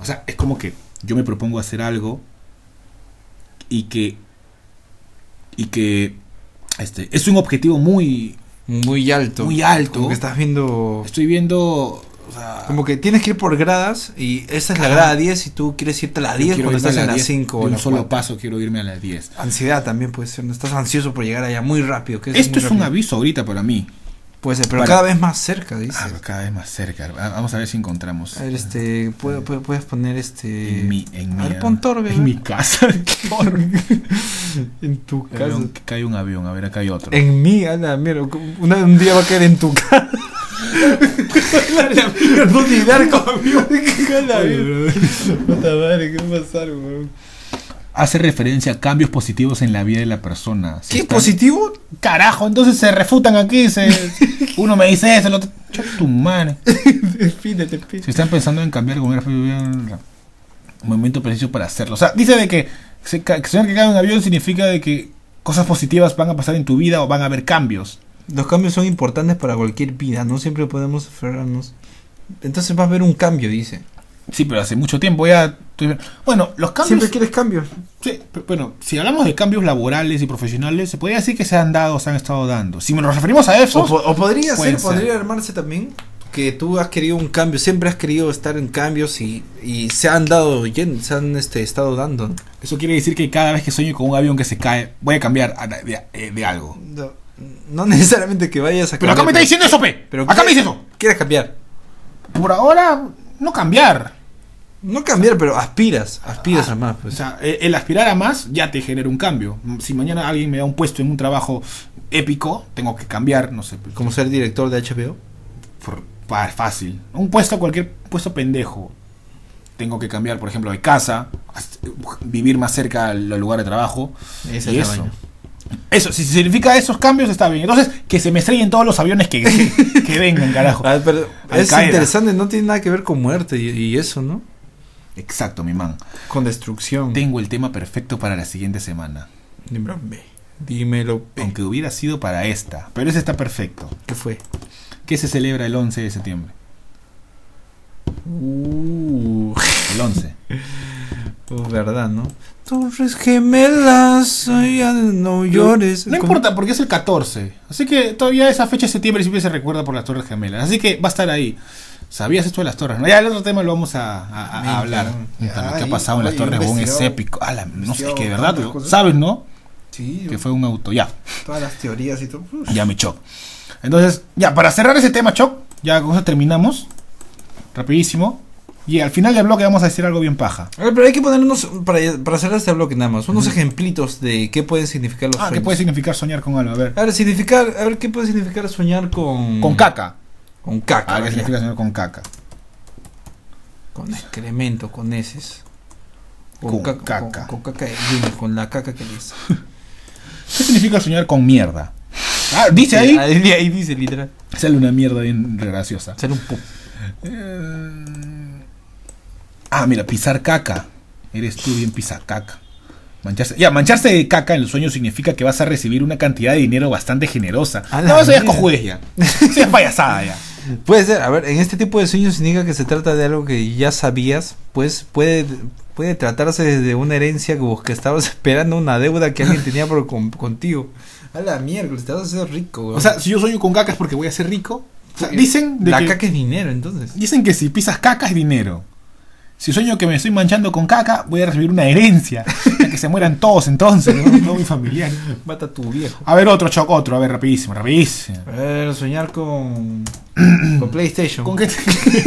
Speaker 4: O sea, es como que yo me propongo hacer algo y que. y que. Este, es un objetivo muy.
Speaker 3: Muy alto.
Speaker 4: Muy alto.
Speaker 3: Como que estás viendo.
Speaker 4: Estoy viendo. o sea,
Speaker 3: Como que tienes que ir por gradas y esa es la grada 10 y tú quieres irte a la
Speaker 4: yo
Speaker 3: 10
Speaker 4: quiero
Speaker 3: cuando
Speaker 4: irme a
Speaker 3: estás en
Speaker 4: la
Speaker 3: la
Speaker 4: 10,
Speaker 3: 5
Speaker 4: de
Speaker 3: o
Speaker 4: un
Speaker 3: la
Speaker 4: solo
Speaker 3: 4.
Speaker 4: paso quiero irme a la 10.
Speaker 3: Ansiedad también puede ser, no estás ansioso por llegar allá muy rápido. que
Speaker 4: Esto
Speaker 3: muy
Speaker 4: es un
Speaker 3: rápido.
Speaker 4: aviso ahorita para mí.
Speaker 3: Puede ser, pero
Speaker 4: Para-
Speaker 3: cada vez más cerca, dice.
Speaker 4: Ah, pero cada vez más cerca. Ah, Vamos a ver si encontramos.
Speaker 3: A ver, este, puede- puede- puedes poner este.
Speaker 4: En mi, en mi,
Speaker 3: A ver, pon Torbe,
Speaker 4: en
Speaker 3: a ver.
Speaker 4: mi casa.
Speaker 3: En tu
Speaker 4: El avión, que cae un avión, a ver, acá hay otro.
Speaker 3: En mí, a la mierda. Una- un día va a caer en tu casa. Perdón, ni dar conmigo. A la mierda. Puta madre, ¿qué va a pasar, weón?
Speaker 4: Hace referencia a cambios positivos en la vida de la persona. Si
Speaker 3: ¿Qué
Speaker 4: está-
Speaker 3: positivo?
Speaker 4: Carajo, entonces se refutan aquí. se- uno me dice eso, el otro. Chup, tu madre.
Speaker 3: Defínete,
Speaker 4: Si están pensando en cambiar con un momento preciso para hacerlo. O sea, dice de que se ca- que soñar que cae un avión significa de que cosas positivas van a pasar en tu vida o van a haber cambios.
Speaker 3: Los cambios son importantes para cualquier vida, no siempre podemos aferrarnos. Entonces vas a ver un cambio, dice.
Speaker 4: Sí, pero hace mucho tiempo ya. tuve- Bueno, los cambios.
Speaker 3: quieres cambios.
Speaker 4: Sí, pero bueno, si hablamos de cambios laborales y profesionales, se podría decir que se han dado o se han estado dando. Si nos referimos a eso,
Speaker 3: O, po- o podría
Speaker 4: Puede
Speaker 3: ser,
Speaker 4: ser.
Speaker 3: podría armarse también que tú has querido un cambio, siempre has querido estar en cambios y, y se han dado, llen- se han este, estado dando. ¿no?
Speaker 4: eso quiere decir que cada vez que sueño con un avión que se cae, voy a cambiar a- de, eh, de algo.
Speaker 3: No, no necesariamente que vayas a
Speaker 4: Pero acá me está diciendo eso, pe.
Speaker 3: pero
Speaker 4: acá me
Speaker 3: quieres-
Speaker 4: dice eso.
Speaker 3: Quieres cambiar.
Speaker 4: Por ahora, no cambiar.
Speaker 3: No cambiar, pero aspiras, aspiras a más.
Speaker 4: O
Speaker 3: Pues.
Speaker 4: sea, e- el aspirar a más ya te genera un cambio. Si mañana alguien me da un puesto en un trabajo épico, tengo que cambiar, no sé.
Speaker 3: Como ser director de HBO.
Speaker 4: por- pa- fácil. Un puesto, cualquier puesto pendejo. Tengo que cambiar, por ejemplo, de casa, as- vivir más cerca al al lugar de trabajo.
Speaker 3: Esa
Speaker 4: y
Speaker 3: es la
Speaker 4: eso.
Speaker 3: vaina.
Speaker 4: Eso, si significa esos cambios, está bien. Entonces, que se me estrellen todos los aviones que, que, que vengan, carajo.
Speaker 3: Ah, pero
Speaker 4: Al
Speaker 3: es
Speaker 4: Qaeda.
Speaker 3: interesante, no tiene nada que ver con muerte y, y eso, ¿no?
Speaker 4: Exacto, mi man.
Speaker 3: Con destrucción.
Speaker 4: Tengo el tema perfecto para la siguiente semana.
Speaker 3: Dímelo, ve. Dímelo, ve.
Speaker 4: Aunque hubiera sido para esta. Pero ese está perfecto.
Speaker 3: ¿Qué fue?
Speaker 4: ¿Qué se celebra el 11 de septiembre?
Speaker 3: Uh,
Speaker 4: El 11.
Speaker 3: oh, verdad, ¿no? Torres gemelas, ay, ya no llores.
Speaker 4: No
Speaker 3: Como-
Speaker 4: importa, porque es el 14. Así que todavía esa fecha de septiembre siempre se recuerda por las Torres Gemelas. Así que va a estar ahí. Sabías esto de las torres, ¿no? Ya el otro tema lo vamos a, a- a
Speaker 3: Mira,
Speaker 4: hablar.
Speaker 3: cabrón.
Speaker 4: Puta, lo que ha
Speaker 3: Ay,
Speaker 4: pasado en las
Speaker 3: oye,
Speaker 4: torres,
Speaker 3: yo
Speaker 4: weón, es
Speaker 3: investigaba-
Speaker 4: épico. Ala, no sé, es que de
Speaker 3: investigaba
Speaker 4: verdad,
Speaker 3: tantas
Speaker 4: weón.
Speaker 3: cosas.
Speaker 4: ¿sabes, no?
Speaker 3: Sí,
Speaker 4: Que fue un auto. Ya,
Speaker 3: todas las teorías y todo. Uf.
Speaker 4: ya me choc. Entonces, ya, para cerrar ese tema, choc, ya con eso terminamos. Rapidísimo. Y al final del bloque vamos a decir algo bien paja.
Speaker 3: A ver, pero hay que poner unos, para, para cerrar este bloque nada más, unos ejemplitos de qué pueden significar los
Speaker 4: Ah, ¿qué
Speaker 3: sueños.
Speaker 4: puede significar soñar con algo? A ver.
Speaker 3: A ver, significar, a ver, ¿qué puede significar soñar con...
Speaker 4: Con caca.
Speaker 3: Con caca.
Speaker 4: Ah, ¿qué
Speaker 3: vaya.
Speaker 4: significa soñar con caca?
Speaker 3: Con excremento, con heces.
Speaker 4: Con
Speaker 3: caca-
Speaker 4: caca.
Speaker 3: Con, con caca de vino, con la caca que les...
Speaker 4: ¿Qué significa soñar con mierda? Ah, dice ahí.
Speaker 3: Ahí, ahí dice literal.
Speaker 4: Sale una mierda bien graciosa.
Speaker 3: Ser un pop.
Speaker 4: Eh, Ah, mira, pisar caca. Eres tú bien pisar caca. Mancharse, ya, mancharse de caca en el sueño significa que vas a recibir una cantidad de dinero bastante generosa.
Speaker 3: A la
Speaker 4: No, eso ya es
Speaker 3: mierda.
Speaker 4: cojudes ya. Eso ya es payasada ya.
Speaker 3: Puede ser, a ver, en este tipo de sueños indica que se trata de algo que ya sabías, pues puede, puede tratarse de una herencia que vos que estabas esperando, una deuda que alguien tenía por, con- contigo. A la mierda, te vas a hacer rico, weón.
Speaker 4: O sea, si yo sueño con cacas porque voy a ser rico. o sea, dicen de
Speaker 3: la
Speaker 4: que,
Speaker 3: caca es dinero, entonces.
Speaker 4: dicen que si pisas caca es dinero. Si sueño que me estoy manchando con caca, voy a recibir una herencia. Ya que se mueran todos entonces, ¿no? No mi familiar.
Speaker 3: Mata a tu viejo.
Speaker 4: A ver, otro choc, otro. A ver, rapidísimo, rapidísimo.
Speaker 3: A ver, soñar con. con PlayStation.
Speaker 4: ¿Con qué?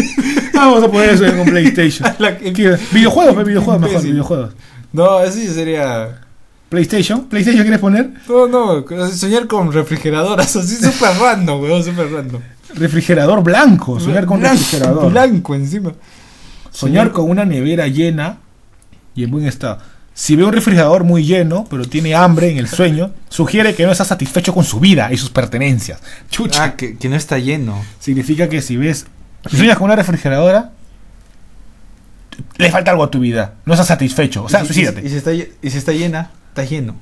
Speaker 4: Ah, Vamos a poner eso en un PlayStation.
Speaker 3: La-
Speaker 4: ¿Qué? Videojuegos, pues, videojuegos mejor,
Speaker 3: Imbécil.
Speaker 4: videojuegos.
Speaker 3: No, así sería.
Speaker 4: PlayStation, PlayStation quieres poner
Speaker 3: No, no, soñar con refrigeradoras, así súper random, weón, súper random.
Speaker 4: refrigerador blanco, soñar con un
Speaker 3: Blanco-
Speaker 4: refrigerador,
Speaker 3: Blanco encima.
Speaker 4: soñar con una nevera llena y en buen estado. Si ve un refrigerador muy lleno, pero tiene hambre en el sueño, sugiere que no está satisfecho con su vida y sus pertenencias. Chucha.
Speaker 3: Ah, que, que no está lleno.
Speaker 4: Significa que si ves, si sueñas con una refrigeradora, le falta algo a tu vida, no estás satisfecho, o sea,
Speaker 3: Y- y-
Speaker 4: suicídate.
Speaker 3: Y, si está, lle- y si está llena, está lleno.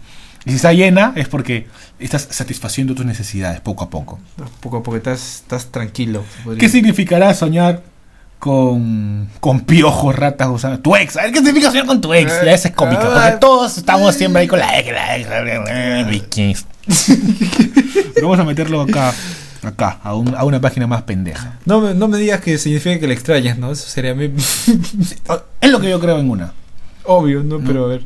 Speaker 4: Y si está llena es porque estás satisfaciendo tus necesidades poco a poco.
Speaker 3: Poco a poco estás, estás tranquilo. se podría
Speaker 4: ¿Qué
Speaker 3: decir.
Speaker 4: significará soñar con, con piojos, ratas, gusanos? Tu ex. A ver, ¿qué significa soñar con tu ex? Ya ese es cómico. Porque todos estamos siempre ahí con la ex. La ex, la ex, la ex. Pero vamos a meterlo acá. Acá, a, un- a una página más pendeja.
Speaker 3: No, me- no me digas que significa que le extrañas, ¿no? Eso sería mi-
Speaker 4: Es lo que yo creo en una. Ah,
Speaker 3: obvio, ¿no? Pero a ver.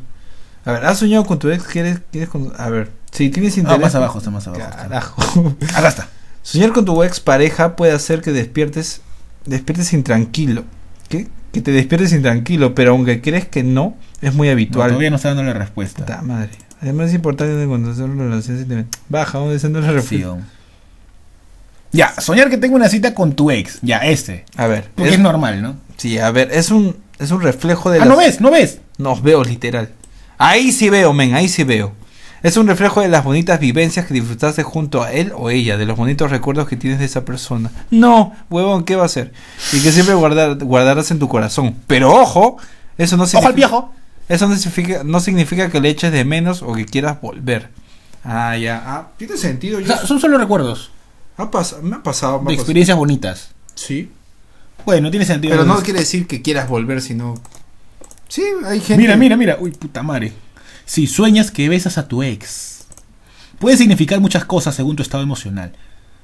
Speaker 3: A ver, ¿has soñado con tu ex? ¿Quieres, quieres con... A ver, si tienes
Speaker 4: Ah,
Speaker 3: interés...
Speaker 4: más abajo, está más abajo. está.
Speaker 3: Carajo.
Speaker 4: Acá está.
Speaker 3: Soñar con tu ex pareja puede hacer que despiertes, despiertes intranquilo. ¿Qué? Que te despiertes intranquilo, pero aunque crees que no, es muy
Speaker 4: No,
Speaker 3: habitual.
Speaker 4: todavía no está dando la respuesta.
Speaker 3: Puta madre. Además es importante cuando son relaciones sentimentales. Baja, vamos descender la
Speaker 4: Sí,
Speaker 3: reflexión.
Speaker 4: oh. Ya, soñar que tengo una cita con tu ex. Ya, este.
Speaker 3: A ver.
Speaker 4: Porque
Speaker 3: es-
Speaker 4: es, normal, ¿no?
Speaker 3: Sí, a ver, es un, es un reflejo de
Speaker 4: Ah,
Speaker 3: las-
Speaker 4: no ves, no ves.
Speaker 3: Nos veo, literal. Ahí sí veo, men, ahí sí veo. Es un reflejo de las bonitas vivencias que disfrutaste junto a él o ella, de los bonitos recuerdos que tienes de esa persona. No, huevón, ¿qué va a ser? Y que siempre guardar, guardarás en tu corazón. Pero ojo, eso no significa.
Speaker 4: Ojo al viejo.
Speaker 3: Eso no significa, no significa que le eches de menos o que quieras volver. Ah, ya. Ah, tiene sentido.
Speaker 4: O
Speaker 3: yo-
Speaker 4: sea, son solo recuerdos
Speaker 3: ha pas- me ha pasado. me
Speaker 4: de
Speaker 3: ha pasado.
Speaker 4: experiencias bonitas.
Speaker 3: Sí.
Speaker 4: Bueno, tiene sentido.
Speaker 3: Pero no quiere decir que quieras volver, sino. Sí, hay gente.
Speaker 4: Mira, mira, mira. Uy, puta madre. Si sueñas que besas a tu ex, puede significar muchas cosas según tu estado emocional.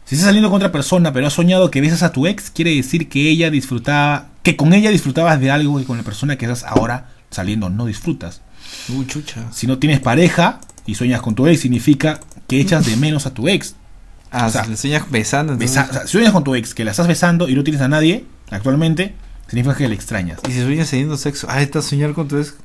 Speaker 4: Si estás saliendo con otra persona, pero has soñado que besas a tu ex, quiere decir que ella disfrutaba, que con ella disfrutabas de algo que con la persona que estás ahora saliendo no disfrutas.
Speaker 3: Uy, chucha.
Speaker 4: Si no tienes pareja y sueñas con tu ex, significa que echas de menos a tu ex.
Speaker 3: Ah,
Speaker 4: O sea,
Speaker 3: si le sueñas besando. entonces-
Speaker 4: Besa- o sea, si sueñas con tu ex que la estás besando y no tienes a nadie actualmente, significa que le extrañas.
Speaker 3: Y si sueñas teniendo sexo, ah, está soñar con tu ex-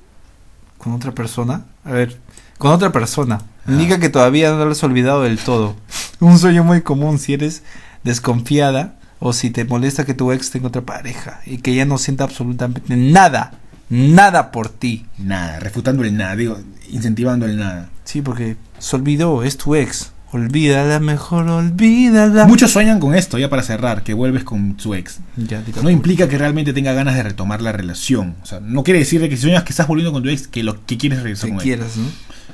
Speaker 3: con otra persona. A ver, con otra persona.
Speaker 4: Ah.
Speaker 3: Indica que todavía no lo has olvidado del todo. Un sueño muy común si eres desconfiada o si te molesta que tu ex tenga otra pareja y que ella no sienta absolutamente nada, nada por ti.
Speaker 4: Nada, refutando el nada, digo, incentivando el nada.
Speaker 3: Sí, porque se olvidó, es tu ex. Olvídala mejor, olvídala.
Speaker 4: Muchos sueñan con esto, ya para cerrar, que vuelves con su ex.
Speaker 3: Ya, dilo.
Speaker 4: No implica que realmente tenga ganas de retomar la relación. O sea, no quiere decir de que si sueñas que estás volviendo con tu ex, que lo que quieres regresar
Speaker 3: que
Speaker 4: con él.
Speaker 3: quieras, ¿no?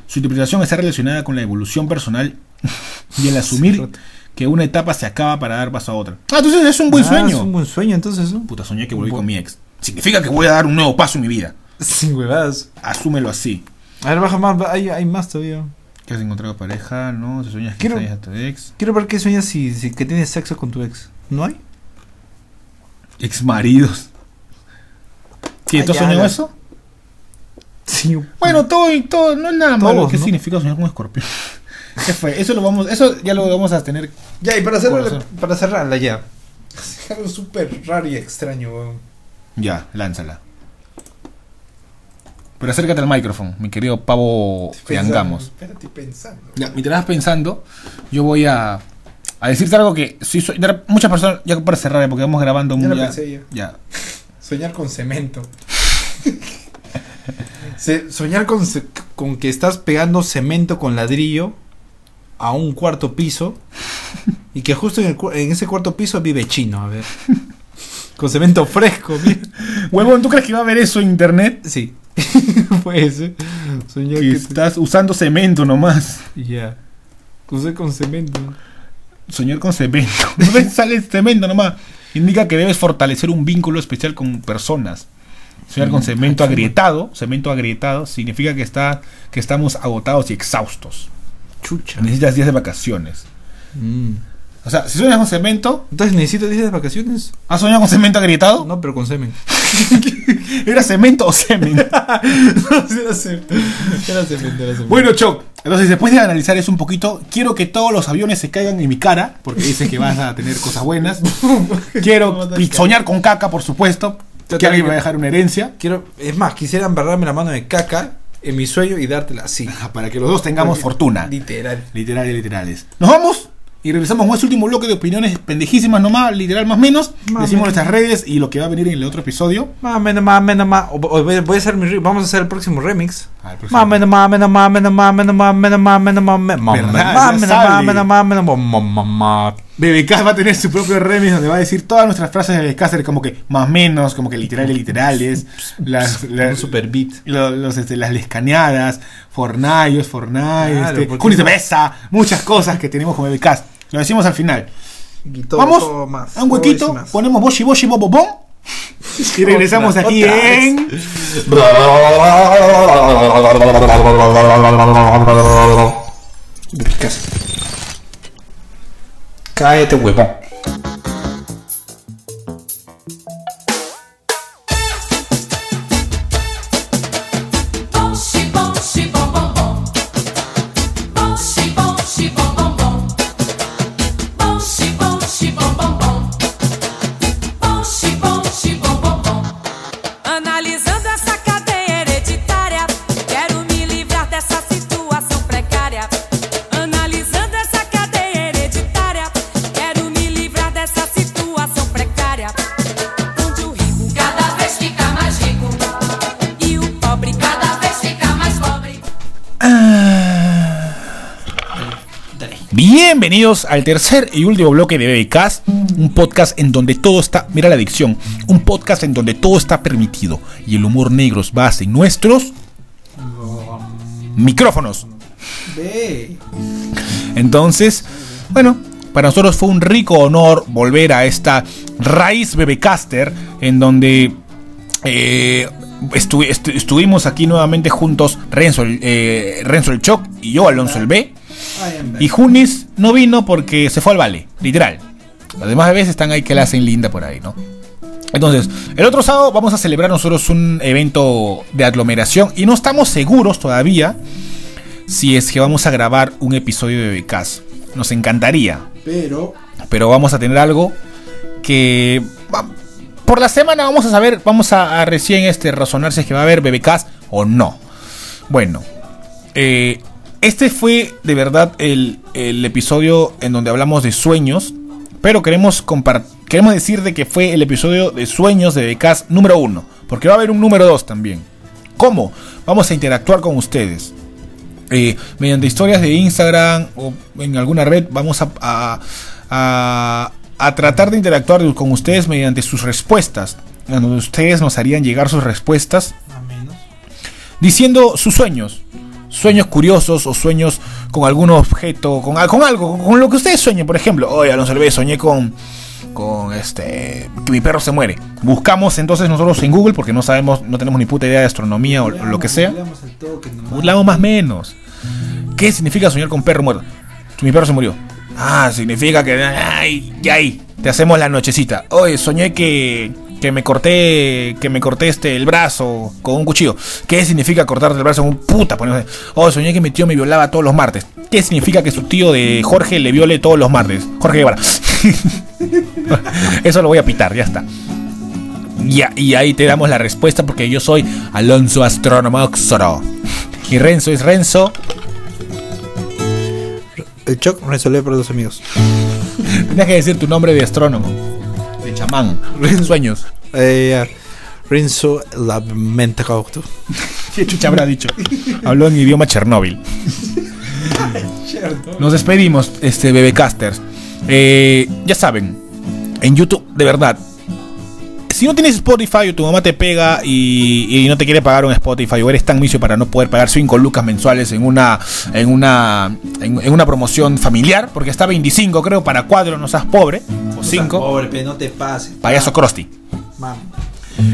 Speaker 4: Su interpretación está relacionada con la evolución personal y el asumir que una etapa se acaba para dar paso a otra. Ah, entonces es un buen
Speaker 3: Ah,
Speaker 4: sueño.
Speaker 3: Es un buen sueño, entonces, ¿no?
Speaker 4: Puta, soñé que volví con mi ex. Significa que voy a dar un nuevo paso en mi vida.
Speaker 3: Sin huevadas.
Speaker 4: Asúmelo así.
Speaker 3: A ver, baja más, hay, hay más todavía.
Speaker 4: ¿Que has encontrado pareja? No, si sueñas que
Speaker 3: Quiero-
Speaker 4: extrañas a tu ex.
Speaker 3: Quiero ver qué sueñas si, si que tienes sexo con tu ex. ¿No hay?
Speaker 4: Ex maridos. ¿Sí, ¿Tú has
Speaker 3: Ah, ya,
Speaker 4: soñado
Speaker 3: ya.
Speaker 4: eso?
Speaker 3: Sí.
Speaker 4: Bueno, todo y todo, no es nada
Speaker 3: Todos,
Speaker 4: malo. ¿Qué
Speaker 3: ¿no?
Speaker 4: significa soñar con escorpión? ¿Qué fue? Eso lo vamos, eso ya lo vamos a tener.
Speaker 3: Ya, y para
Speaker 4: Bueno,
Speaker 3: cerrarla,
Speaker 4: sí.
Speaker 3: para cerrarla ya. Es algo súper raro y extraño, weón.
Speaker 4: Ya, lánzala. Pero acércate al micrófono, mi querido pavo Fiangamos.
Speaker 3: Espérate pensando.
Speaker 4: Ya, mientras vas pensando, yo voy a, a decirte algo que sí soy- de rep- muchas personas, ya para cerrar, eh, porque vamos grabando
Speaker 3: Ya
Speaker 4: muy-
Speaker 3: lo pensé yo.
Speaker 4: ya.
Speaker 3: Soñar con cemento. Se- soñar con, ce- con que estás pegando cemento con ladrillo a un cuarto piso y que justo en, el cu- en ese cuarto piso vive chino, a ver. Con cemento fresco, bien.
Speaker 4: Huevón, ¿tú crees que va a haber eso en internet?
Speaker 3: Sí. pues, eh, soñar
Speaker 4: Que
Speaker 3: que.
Speaker 4: estás usando cemento nomás.
Speaker 3: Ya. Usé con cemento.
Speaker 8: soñar con cemento. No me sale cemento nomás. Indica que debes fortalecer un vínculo especial con personas. Soñar con cemento agrietado, cemento agrietado, significa que, está, que estamos agotados y exhaustos.
Speaker 3: Chucha.
Speaker 8: Necesitas días de vacaciones.
Speaker 3: Mm.
Speaker 8: O sea, si sueñas con cemento,
Speaker 3: Entonces necesito 10 de vacaciones.
Speaker 8: ¿has soñado con cemento agrietado?
Speaker 3: No, pero con semen.
Speaker 8: ¿Era cemento o semen? Bueno, Choc. Entonces, después de analizar eso un poquito, quiero que todos los aviones se caigan en mi cara, porque dices que vas a tener cosas buenas. Quiero y soñar con caca, por supuesto,
Speaker 3: Yo
Speaker 8: que alguien
Speaker 3: también.
Speaker 8: me va a dejar una herencia.
Speaker 3: Quiero, es más, quisiera embarrarme la mano de caca en mi sueño y dártela así.
Speaker 8: Para que los dos tengamos fortuna.
Speaker 3: Literal.
Speaker 8: Literales, literales. Nos vamos y regresamos con ese último bloque de opiniones pendejísimas nomás, literal más menos.
Speaker 3: Más
Speaker 8: Decimos
Speaker 3: menos.
Speaker 8: nuestras redes y lo que va a venir en el otro episodio.
Speaker 3: Mame no mame no ma- o- o Voy voy a hacer mi re- Vamos a hacer el próximo remix.
Speaker 8: Ah, el próximo.
Speaker 3: Mame no mame no mame no mame no mame no mame no mame. Mame no
Speaker 8: Verdad, ya
Speaker 3: mame no mame no
Speaker 8: sale.
Speaker 3: mame no mame, mame, mame.
Speaker 8: BBK va a tener su propio remix donde va a decir todas nuestras frases de BBK, como que más menos, como que literales, literales, las,
Speaker 3: Un
Speaker 8: las,
Speaker 3: super beat.
Speaker 8: lo- los, este, las lescaneadas, Fornayos, Fornayos,
Speaker 3: Claro,
Speaker 8: este,
Speaker 3: porque-
Speaker 8: Juli se besa, muchas cosas que tenemos con BBK. Lo decimos al final.
Speaker 3: Y todo-
Speaker 8: Vamos
Speaker 3: todo más,
Speaker 8: a un
Speaker 3: todo
Speaker 8: huequito,
Speaker 3: eso más.
Speaker 8: ponemos boshi, boshi, bo, bo, bom, y regresamos
Speaker 3: Otra,
Speaker 8: aquí
Speaker 3: otra vez.
Speaker 8: en...
Speaker 3: Cállate, huevón.
Speaker 7: Bom, xi, bom, xi, bom, bom, bom. Bom, xi, bom, xi, bom, bom, bom. Bom, xi, bom, xi, bom, bom, bom. Bom, xi, bom, xi, bom, bom, bom. Analisando essa cadeia hereditária, quero me livrar dessa situação precária. Analisando essa cadeia hereditária, quero me livrar dessa situação precária. Onde o rico cada vez fica mais rico e o pobre cada vez fica mais pobre.
Speaker 4: Bienvenidos al tercer y último bloque de BBCast, un podcast en donde todo está, mira la adicción, un podcast en donde todo está permitido y el humor negro es base en nuestros micrófonos. Entonces, bueno, para nosotros fue un rico honor volver a esta raíz BBCaster en donde eh, estu- estu- estuvimos aquí nuevamente juntos Renzo el, eh, Renzo el Choc y yo Alonso el B. Y Junis no vino porque se fue al vale, literal. Las demás veces están ahí que la hacen linda por ahí, ¿no? Entonces, el otro sábado vamos a celebrar nosotros un evento de aglomeración y no estamos seguros todavía si es que vamos a grabar un episodio de Becas. Nos encantaría. Pero. Pero vamos a tener algo que. va- Por la semana vamos a saber, vamos a, a recién este, razonar si es que va a haber BBKs o no. Bueno, eh, este fue de verdad el, el episodio en donde hablamos de sueños, pero queremos compar- queremos decir de que fue el episodio de sueños de Becas número uno, porque va a haber un número dos también. ¿Cómo? Vamos a interactuar con ustedes. Eh, mediante historias de Instagram o en alguna red vamos a, a- a- a tratar de interactuar con ustedes mediante sus respuestas. En donde ustedes nos harían llegar sus respuestas diciendo sus sueños. Sueños curiosos o sueños con algún objeto, con, al- con algo, con lo que ustedes sueñen. Por ejemplo, hoy Alonso Alves soñé con, con este, que mi perro se muere. Buscamos entonces nosotros en Google, porque no sabemos, no tenemos ni puta idea de astronomía o lo que sea. Burlamos más menos. ¿Qué significa soñar con perro muerto? Mi perro se murió. Ah, significa que. Ay, y ahí. Te hacemos la nochecita. Oye, soñé que. Que me corté. Que me corté este el brazo con un cuchillo. ¿Qué significa cortarte el brazo con un puta? Ponemos- Oh, soñé que mi tío me violaba todos los martes. ¿Qué significa que su tío de Jorge le viole todos los martes? Jorge Guevara. Eso lo voy a pitar, ya está. Y, a- y ahí te damos la respuesta porque yo soy Alonso Astrónomo Oxoro. Y Renzo es Renzo.
Speaker 3: El choc resuelve para los amigos.
Speaker 4: Tenías que decir tu nombre de astrónomo. De chamán. Sueños.
Speaker 3: Eh, Rinzo la mente cauto.
Speaker 4: ¿Qué chucha habrá dicho? Habló en idioma Chernóbil. Nos despedimos, este Bebecasters. Eh, ya saben, en YouTube, de verdad, Si no tienes Spotify o tu mamá te pega y, y no te quiere pagar un Spotify o eres tan misio para no poder pagar 5 lucas mensuales en una en una en, en una promoción familiar, porque está 25 creo para 4, no seas pobre, Ah. o 5,
Speaker 3: Pobre, pe, no te pases.
Speaker 4: payaso Krusty.
Speaker 3: Mami.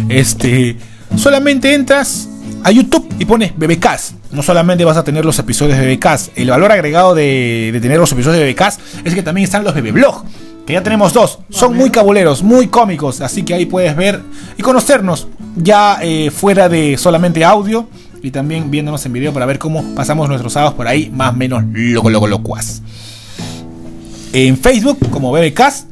Speaker 4: Este, solamente entras a YouTube y pones BBKs. No solamente vas a tener los episodios de BBKs. El valor agregado de, de tener los episodios de BBKs es que también están los BBblog. Que ya tenemos dos. Son muy cabuleros, muy cómicos. Así que ahí puedes ver y conocernos. Ya eh, fuera de solamente audio. Y también viéndonos en video para ver cómo pasamos nuestros sábados por ahí. Más o menos loco, loco, locuas. En Facebook como BBKs.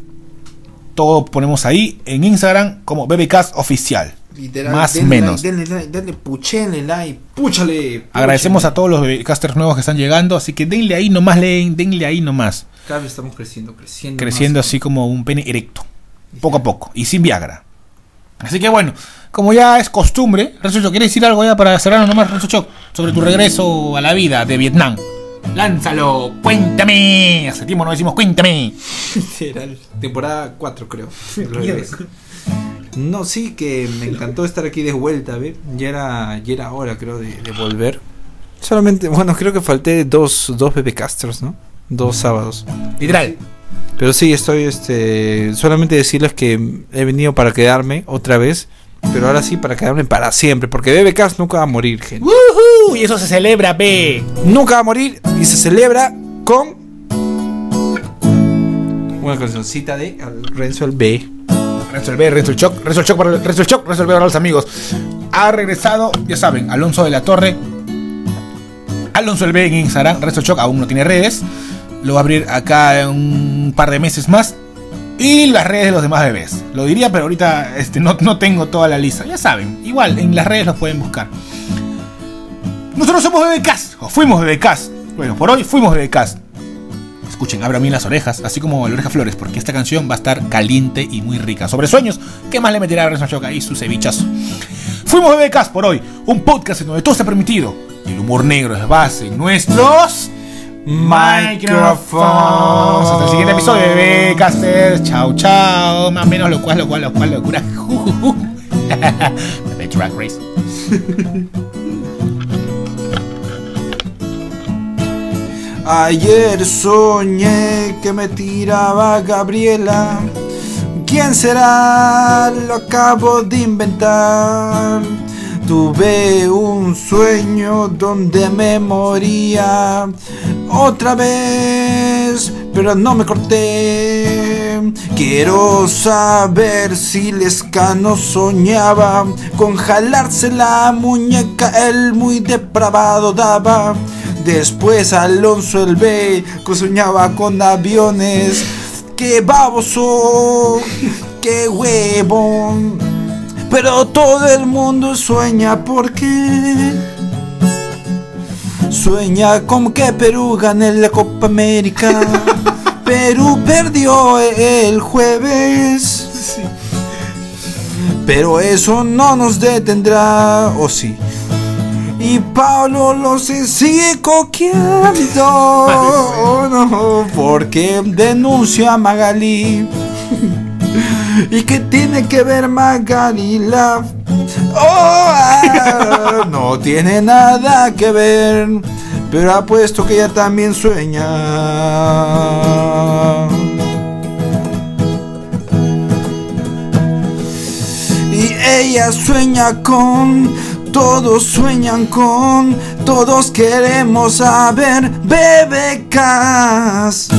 Speaker 4: Todo ponemos ahí. En Instagram como BBKs oficial.
Speaker 3: Literal,
Speaker 4: Más o
Speaker 3: denle
Speaker 4: menos.
Speaker 3: like, denle like, denle, puchenle like, púchale.
Speaker 4: Agradecemos a todos los casters nuevos que están llegando, así que denle ahí nomás, leen, denle ahí nomás.
Speaker 3: Cada vez estamos creciendo, creciendo.
Speaker 4: Creciendo
Speaker 3: más.
Speaker 4: así como un pene erecto, poco a poco, y sin Viagra. Así que bueno, como ya es costumbre, Resucho, ¿quieres decir algo ya para cerrar nomás, Resucho? Sobre tu regreso a la vida de Vietnam. Lánzalo, cuéntame. Hace tiempo no decimos cuéntame.
Speaker 3: Literal. Temporada 4, creo. Lo regreso. No, sí, que me encantó estar aquí de vuelta, ¿ve? Ya era, ya era hora, creo, de, de volver. Solamente, bueno, creo que falté dos, dos bebé castros, ¿no? Dos sábados.
Speaker 4: Literal.
Speaker 3: Pero sí, estoy, este, solamente decirles que he venido para quedarme otra vez. Pero ahora sí, para quedarme para siempre. Porque BBK nunca va a morir, gente.
Speaker 4: ¡Woohoo! Y eso se celebra, pe.
Speaker 3: Nunca va a morir y se celebra con una cancioncita de Renzo el B.
Speaker 4: Resolver, Resolver Shock, Resolver Shock para, Resolver Shock, Resolver para los amigos. Ha regresado, ya saben, Alonso de la Torre. Alonso el B en Instagram, Resolver Shock aún no tiene redes. Lo va a abrir acá en un par de meses más. Y las redes de los demás bebés. Lo diría, pero ahorita este, no, no tengo toda la lista. Ya saben, igual en las redes los pueden buscar. Nosotros somos BBKs, o fuimos BBKs. Bueno, por hoy fuimos BBKs. Escuchen, abran bien las orejas, así como la oreja flores, porque esta canción va a estar caliente y muy rica. Sobre sueños, ¿qué más le meterá a Renzo Choca ahí su cevichazo? Fuimos BBKs por hoy, un podcast en donde todo está permitido. Y el humor negro es base en nuestros. Micrófonos. Hasta el siguiente episodio de BBKs. Chao, chao. Más o menos lo cual, lo cual, lo cual, locura. The Drag Race.
Speaker 3: Ayer soñé que me tiraba Gabriela. ¿Quién será? Lo acabo de inventar. Tuve un sueño donde me moría otra vez, pero no me corté. Quiero saber si Lescano soñaba con jalarse la muñeca, él muy depravado daba. Después Alonso el B que soñaba con aviones. ¡Qué baboso! ¡Qué huevón! Pero todo el mundo sueña porque sueña con que Perú gane la Copa América. Perú perdió el jueves. Pero eso no nos detendrá, o sí. Y Pablo los sigue coqueando, oh, no, porque denuncia a Magali. ¿Y qué tiene que ver Magali Love? Oh, ah, no tiene nada que ver, pero apuesto que ella también sueña. Y ella sueña con, todos sueñan con, todos queremos saber, bebecas.